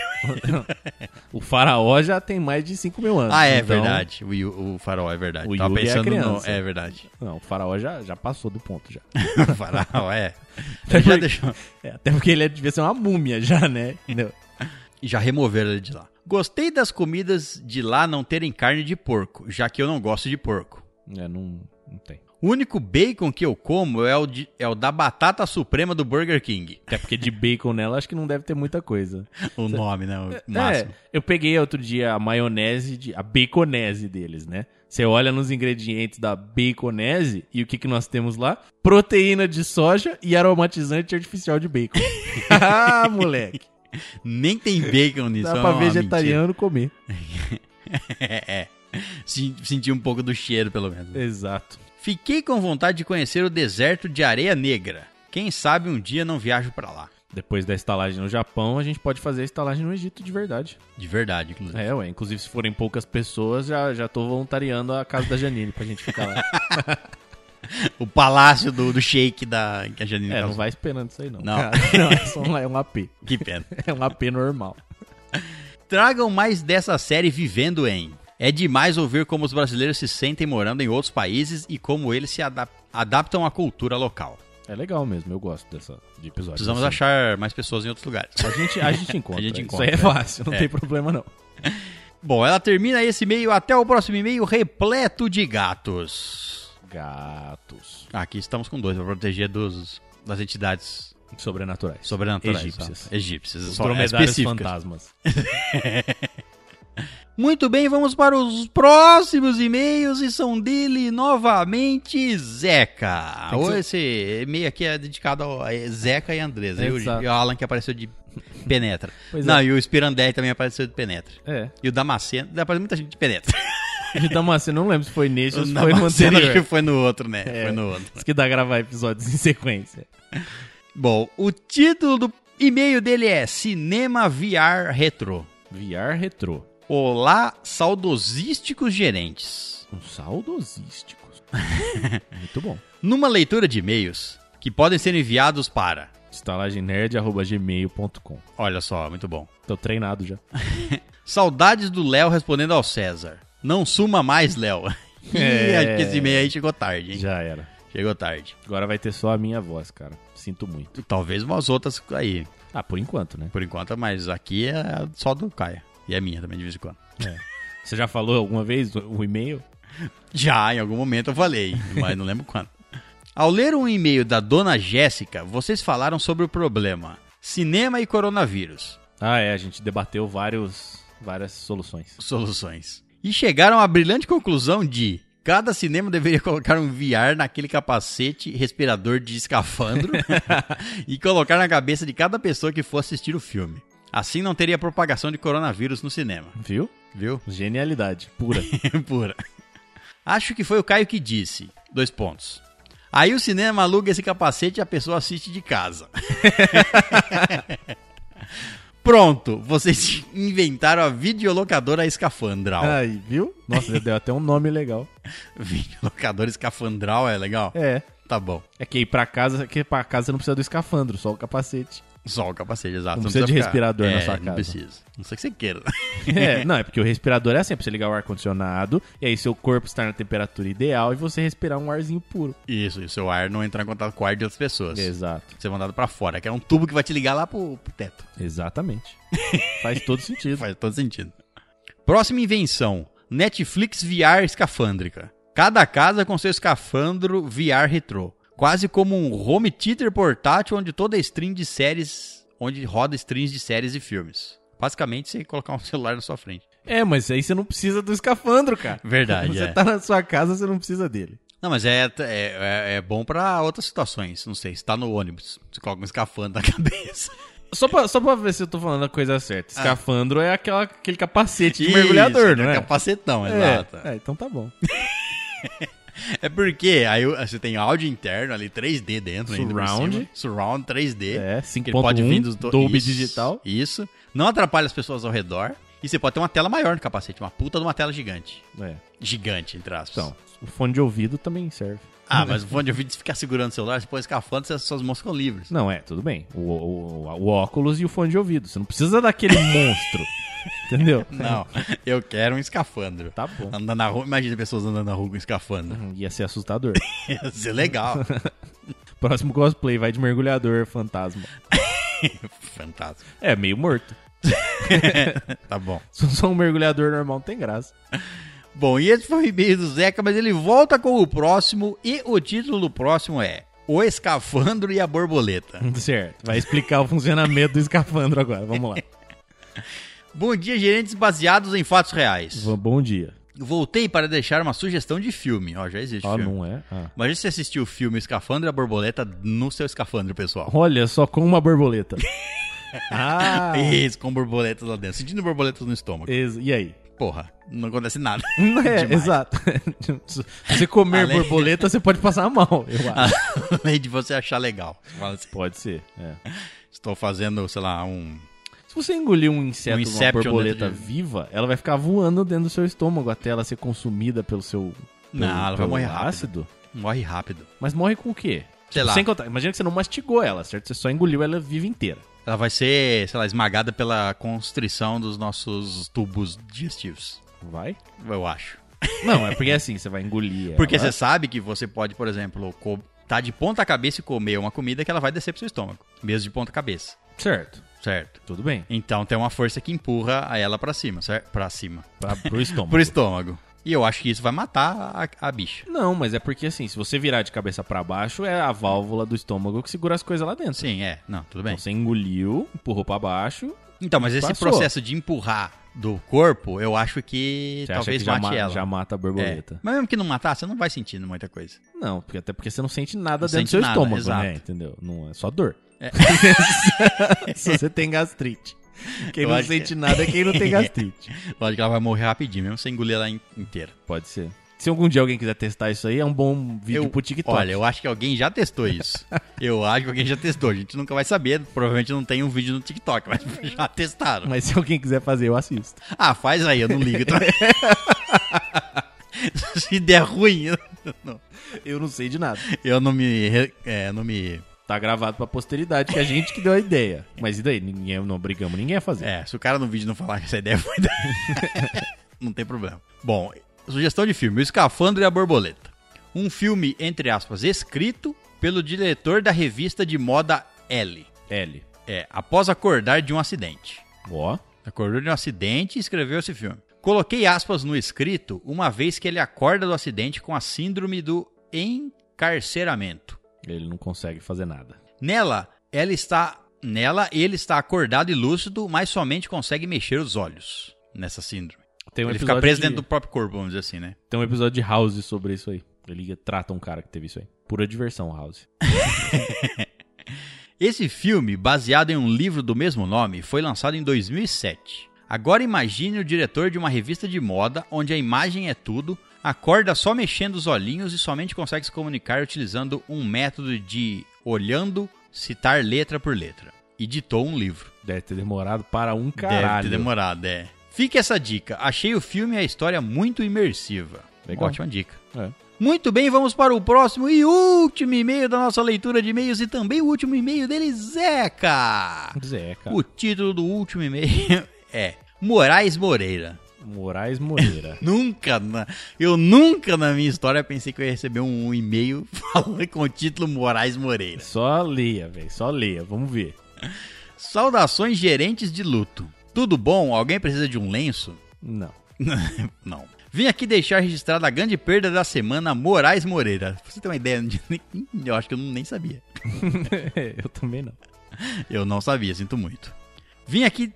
o faraó já tem mais de 5 mil anos. Ah, é então- verdade. O, Yu- o farol é verdade. O Tava Yugi é pensando no. criança. É <laughs> verdade. Não, o faraó já, já passou do ponto já. o farol, é. Ele já, porque- deixou, <laughs> É, até porque ele devia ser uma múmia já, né? Entendeu? já removeram ele de lá. Gostei das comidas de lá não terem carne de porco, já que eu não gosto de porco. É, não, não tem. O único bacon que eu como é o, de- é o da batata suprema do Burger King. <laughs> Até porque de bacon nela acho que não deve ter muita coisa. O nome, né? O máximo. <laughs> É, eu peguei outro dia a maionese, de, a baconese deles, né? Você olha nos ingredientes da baconese e o que, que nós temos lá? Proteína de soja e aromatizante artificial de bacon. <laughs> ah, moleque. Nem tem <laughs> bacon nisso. Dá é pra uma mentira. vegetariano comer. É, é. Sen- Senti um pouco do cheiro, pelo menos. Exato. Fiquei com vontade de conhecer o deserto de areia negra. Quem sabe um dia não viajo pra lá. Depois da estalagem no Japão, a gente pode fazer a estalagem no Egito de verdade. De verdade, inclusive. É, ué. Inclusive, se forem poucas pessoas, já, já tô voluntariando a casa da Janine pra gente ficar <laughs> lá. <laughs> O palácio do, do shake da que a Janine É, não causou. vai esperando isso aí, não. Não. cara. <laughs> não é, só um, é um AP. Que pena. É um AP normal. Tragam mais dessa série Vivendo em. É demais ouvir como os brasileiros se sentem morando em outros países e como eles se adap- adaptam à cultura local. É legal mesmo, eu gosto dessa, de episódio. Precisamos assim. achar mais pessoas em outros lugares. A gente, <laughs> a gente encontra. A gente Isso aí é encontra, fácil, não tem problema não. Bom, ela termina esse e-mail. Até o próximo e-mail repleto de gatos. Gatos. Aqui estamos com dois, para proteger dos, das entidades Sobrenaturais. é sobrenaturais. Egípcias. ó. Egípcias. Os só dromedários específicas. fantasmas. Muito bem, vamos para os próximos e-mails e são dele novamente Zeca. Tem que Ou ser- Esse e-mail aqui é dedicado a Zeca e Andresa. E o, Exato. e o Alan que apareceu de penetra. <laughs> Pois é. Não, e o Spirandelli também apareceu de penetra. É. E o Damasceno, apareceu muita gente de penetra. De Damasceno, não lembro se foi nesse ou O se foi no Damasceno acho que anterior. foi no outro, né? É. Foi no outro. Isso que dá gravar episódios em sequência. Bom, o título do e-mail dele é Cinema VR Retro. VR retrô. Olá, saudosísticos gerentes. Com <laughs> saudosísticos. Um Muito bom. Numa leitura de e-mails que podem ser enviados para. estalagemnerd.gmail.com Olha só, muito bom. Tô treinado já. Saudades do Léo respondendo ao César. Não suma mais, Léo. <laughs> Ih, É. acho que esse e-mail aí chegou tarde, hein? Já era. Chegou tarde. Agora vai ter só a minha voz, cara. Sinto muito. Talvez umas outras aí, Ah, por enquanto, né? por enquanto, mas aqui é só do Caia. E é minha também, de vez em quando. Você já falou alguma vez o o e-mail? Já, em algum momento eu falei, mas não lembro quando. <laughs> Ao ler um e-mail da dona Jéssica, vocês falaram sobre o problema: cinema e coronavírus. Ah, é. A gente debateu vários, várias soluções. soluções. E chegaram à brilhante conclusão de cada cinema deveria <laughs> colocar um VR naquele capacete respirador de escafandro <laughs> e colocar na cabeça de cada pessoa que for assistir o filme. Assim não teria propagação de coronavírus no cinema, Viu? viu? <laughs> Genialidade <laughs> pura. Pura. Acho que foi o Caio que disse. Dois pontos. Aí o cinema aluga esse capacete e a pessoa assiste de casa. <laughs> Pronto, vocês <laughs> inventaram a videolocadora escafandral. Aí, viu? Nossa, já deu até um nome legal. <laughs> Videolocador escafandral é legal. É. Tá bom. É que ir pra casa, que pra casa você não precisa do escafandro, só o capacete. Só o capacete, exato. Não precisa de ficar- respirador na É, sua Não casa. precisa. Não sei o que você queira. <laughs> É, <laughs> não, é porque o respirador é assim, é pra você ligar o ar-condicionado, e aí seu corpo estar na temperatura ideal e você respirar um arzinho puro. Isso, e o seu ar não entrar em contato com o ar de outras pessoas. Exato. Ser mandado pra fora, que é um tubo que vai te ligar lá pro, pro teto. <laughs> Exatamente. Faz todo sentido. Faz todo sentido. Próxima invenção: Netflix VR escafândrica. Cada casa com seu escafandro VR retrô. Quase como um home theater portátil onde toda stream de séries. onde roda streams de séries e filmes. Basicamente, você colocar um <laughs> celular na sua frente. É, mas aí você não precisa do escafandro, cara. Verdade, Você é. tá na sua casa, você não precisa dele. Não, mas é, é, é, é bom pra outras situações. Não sei, se tá no ônibus, você coloca um escafandro na <laughs> cabeça. Só pra, só pra ver se eu tô falando a coisa certa. Escafandro é aquela, aquele capacete de Ah. Isso, É mergulhador, não é? é? Capacetão, exato. é, é, então tá bom. É porque aí o- você tem áudio interno ali, 3D dentro. ainda por Surround. cima. Surround 3D. É, que ele pode vir dos 5.1, do- Dolby Isso, Digital. Isso. Não atrapalha as pessoas ao redor. E você pode ter uma tela maior no capacete, uma puta de uma tela gigante. É. Gigante, entre aspas. Então, o fone de ouvido também serve. Ah, mas o fone de ouvido, se ficar segurando o celular, você põe escafando, as suas mãos ficam livres. Não, é, tudo bem. O, o- o- o óculos e o fone de ouvido. Você não <laughs> precisa daquele monstro. Entendeu? Não, eu quero um escafandro. Tá bom. Andando na rua, imagina pessoas andando na rua com <laughs> escafandro. Hum, Ia ser assustador. Ia ser legal. Próximo cosplay vai de mergulhador fantasma. Fantástico. É, meio morto. Tá bom. <laughs> Se só um mergulhador normal não tem graça. Bom, e esse foi o e-mail do Zeca, mas ele volta com o próximo e o título do próximo é O Escafandro e a Borboleta. Certo. Vai explicar o funcionamento do escafandro agora. Vamos <laughs> lá. Bom dia, gerentes baseados em fatos reais. V- Bom dia. Voltei para deixar uma sugestão de filme. Ó, já existe Ah, filme. não é? Ah. Imagina se você assistiu o filme Escafandro e a Borboleta no seu escafandro, pessoal. Olha só com uma <laughs> borboleta. ah! Isso, com borboletas lá dentro. Sentindo borboletas no estômago. ex- E aí? Porra, não acontece <laughs> nada. É, Demais. exato. <laughs> Se você comer Além- borboleta, você pode passar mal, eu acho. Além de você achar legal. Você fala assim, Pode ser. é. Estou fazendo, sei lá, um. Se você engolir um inseto Um de uma Inception borboleta dentro de- viva, ela vai ficar voando dentro do seu estômago até ela ser consumida pelo seu pelo, Não, ela vai pelo morrer rápido. ácido. um Morre rápido. Mas morre com o quê? Tipo, Sei lá. Sem contar, imagina que você não mastigou ela, certo? Você só engoliu ela viva inteira. Ela vai ser, sei lá, esmagada pela constrição dos nossos tubos digestivos. Vai? Eu acho. Não, é porque é assim, você vai engolir ela. <laughs> Porque você sabe que você pode, por exemplo, co- tá de ponta cabeça e comer uma comida que ela vai descer pro seu estômago. Mesmo de ponta cabeça, Certo, certo? tudo bem. Então tem uma força que empurra a ela pra cima, certo? Pra cima. Pra, pro estômago. Pro estômago. E eu acho que isso vai matar a, a bicha. Não, mas é porque assim, se você virar de cabeça pra baixo, é a válvula do estômago que segura as coisas lá dentro. Sim, é. Não, tudo bem. Então, você engoliu, empurrou pra baixo. Então, mas esse Passou. processo de empurrar do corpo, eu acho que Você talvez acha que já, mate ma- ela. já mata a É. borboleta. Mas mesmo que não matar, você não vai sentindo muita coisa. Não, porque, até porque você não sente nada Não dentro do sente seu nada, estômago, exato. né? Entendeu? Não é só dor. É. <laughs> se você tem gastrite. Quem Eu não acho que- sente nada é quem não <laughs> tem gastrite. Lógico que ela vai morrer rapidinho, mesmo sem engolir ela in- inteira. Pode ser. Se algum dia alguém quiser testar isso aí, é um bom vídeo eu, pro TikTok. Olha, eu acho que alguém já testou <laughs> isso. eu acho que alguém já testou. A gente nunca vai saber. Provavelmente não tem um vídeo no TikTok, mas <laughs> já testaram. Mas se alguém quiser fazer, eu assisto. Ah, faz aí, eu não ligo <laughs> também. <laughs> Se der ruim, eu não, Eu não sei de nada. eu não me. re- É, não me. Tá gravado pra posteridade, que é a gente que deu a ideia. Mas e daí? Ninguém, não brigamos ninguém a fazer. É, se o cara no vídeo não falar que essa ideia foi da. <laughs> não tem problema. Bom, sugestão de filme: O Escafandro e a Borboleta. Um filme, entre aspas, escrito pelo diretor da revista de moda L. L. É, após acordar de um acidente. Ó. Acordou de um acidente e escreveu esse filme. Coloquei aspas no escrito, uma vez que ele acorda do acidente com a síndrome do encarceramento. Ele não consegue fazer nada. Nela, ela está. Nela, ele está acordado e lúcido, mas somente consegue mexer os olhos nessa síndrome. Tem um ele fica preso de- dentro do próprio corpo, vamos dizer assim, né? Tem um episódio de House sobre isso aí. Ele trata um cara que teve isso aí. Pura diversão, House. Esse filme, baseado em um livro do mesmo nome, foi lançado em 2007. Agora imagine o diretor de uma revista de moda onde a imagem é tudo, acorda só mexendo os olhinhos e somente consegue se comunicar utilizando um método de olhando, citar letra por letra. E ditou um livro. Deve ter demorado para um Deve caralho. ter demorado, é. Fique essa dica. Achei o filme e a história muito imersiva. Legal. Ótima dica. É. Muito bem, vamos para o próximo e último e-mail da nossa leitura de e-mails e também o último e-mail dele, Zeca. Zeca. O título do último e-mail <laughs> é Moraes Moreira. <laughs> Moraes Moreira. Nunca, na- eu nunca na minha história pensei que eu ia receber um e-mail <laughs> falando com o título Moraes Moreira. Só leia, velho. Só leia. Vamos ver. Saudações gerentes de luto. Tudo bom? Alguém precisa de um lenço? Não. <laughs> <laughs> Não. Vim aqui deixar registrada a grande perda da semana Moraes Moreira. Pra você ter uma ideia, <laughs> eu acho que eu nem sabia. Eu também não. Eu não sabia, sinto muito. Vim aqui,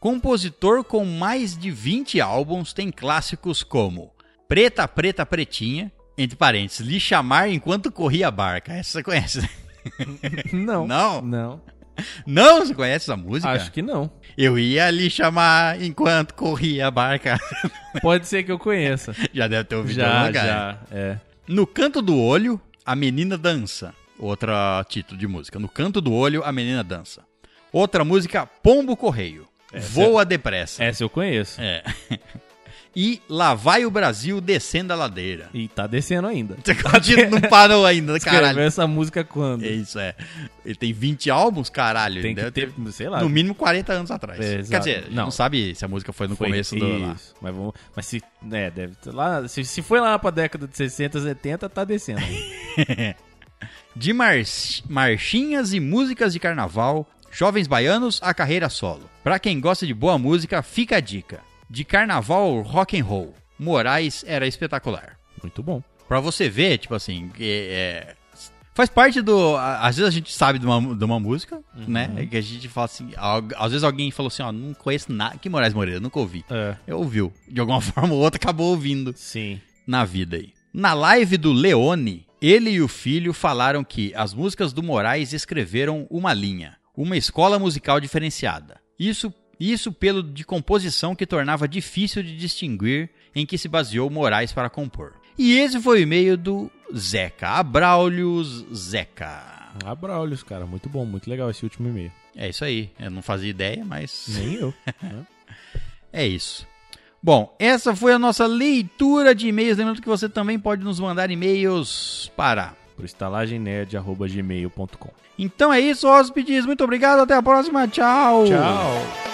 compositor com mais de 20 álbuns, tem clássicos como Preta, Preta, Pretinha, entre parênteses, lhe chamar enquanto corria a barca. Essa você conhece, né? Não. é. Não? Não. Não, você conhece essa música? Acho que não. Eu ia lhe chamar enquanto corria a barca. <laughs> Pode ser que eu <laughs> conheça. já deve ter ouvido em algum já, lugar. já. É. No Canto do Olho, a Menina Dança. Outro título de música. No Canto do Olho, a Menina Dança. Outra música, Pombo Correio. é Voa depressa. Essa eu conheço. É. E lá vai o Brasil descendo a <laughs> ladeira. E tá descendo ainda. Você continua- não parou ainda, Escreveu caralho. essa música quando? É Isso é. Ele tem 20 álbuns, caralho. Tem que deve ter, sei lá. No mínimo 40 anos atrás. É, Quer exato. dizer, a gente não. Não. sabe se a música foi no foi começo do lá. isso. Mas, vamos, mas se, né, deve ter lá, se, se foi lá pra década de 60, 70, tá descendo. De march- marchinhas e músicas de carnaval, jovens baianos a carreira solo. Pra quem gosta de boa música, fica a dica. De carnaval ao rock and roll, Moraes era espetacular. <laughs> Muito bom. Pra você ver, tipo assim, que, é, faz parte do. a- Às vezes a gente sabe de uma, de uma música, né? Que a gente fala assim. al- Às vezes alguém falou assim, ó, não conheço nada. Que Moraes Moreira, nunca ouvi. É. Eu ouviu. De alguma <laughs> forma ou outra acabou ouvindo Sim. na vida aí. Na live do Leone, ele e o filho falaram que as músicas do Moraes escreveram uma linha, uma escola musical diferenciada. Isso, isso pelo de composição que tornava difícil de distinguir em que se baseou Moraes para compor. E esse foi o e-mail do Zeca, Abraulios Zeca. Abraulios, Ah, cara. Muito bom, muito legal esse último e-mail. É isso aí, eu não fazia ideia, mas Nem <laughs> eu. Né? é isso. Bom, essa foi a nossa leitura de e-mails. Lembrando que você também pode nos mandar e-mails para Por estalagemnerd.gmail.com. Então é isso, hóspedes. Muito obrigado. Até a próxima. Tchau. Tchau.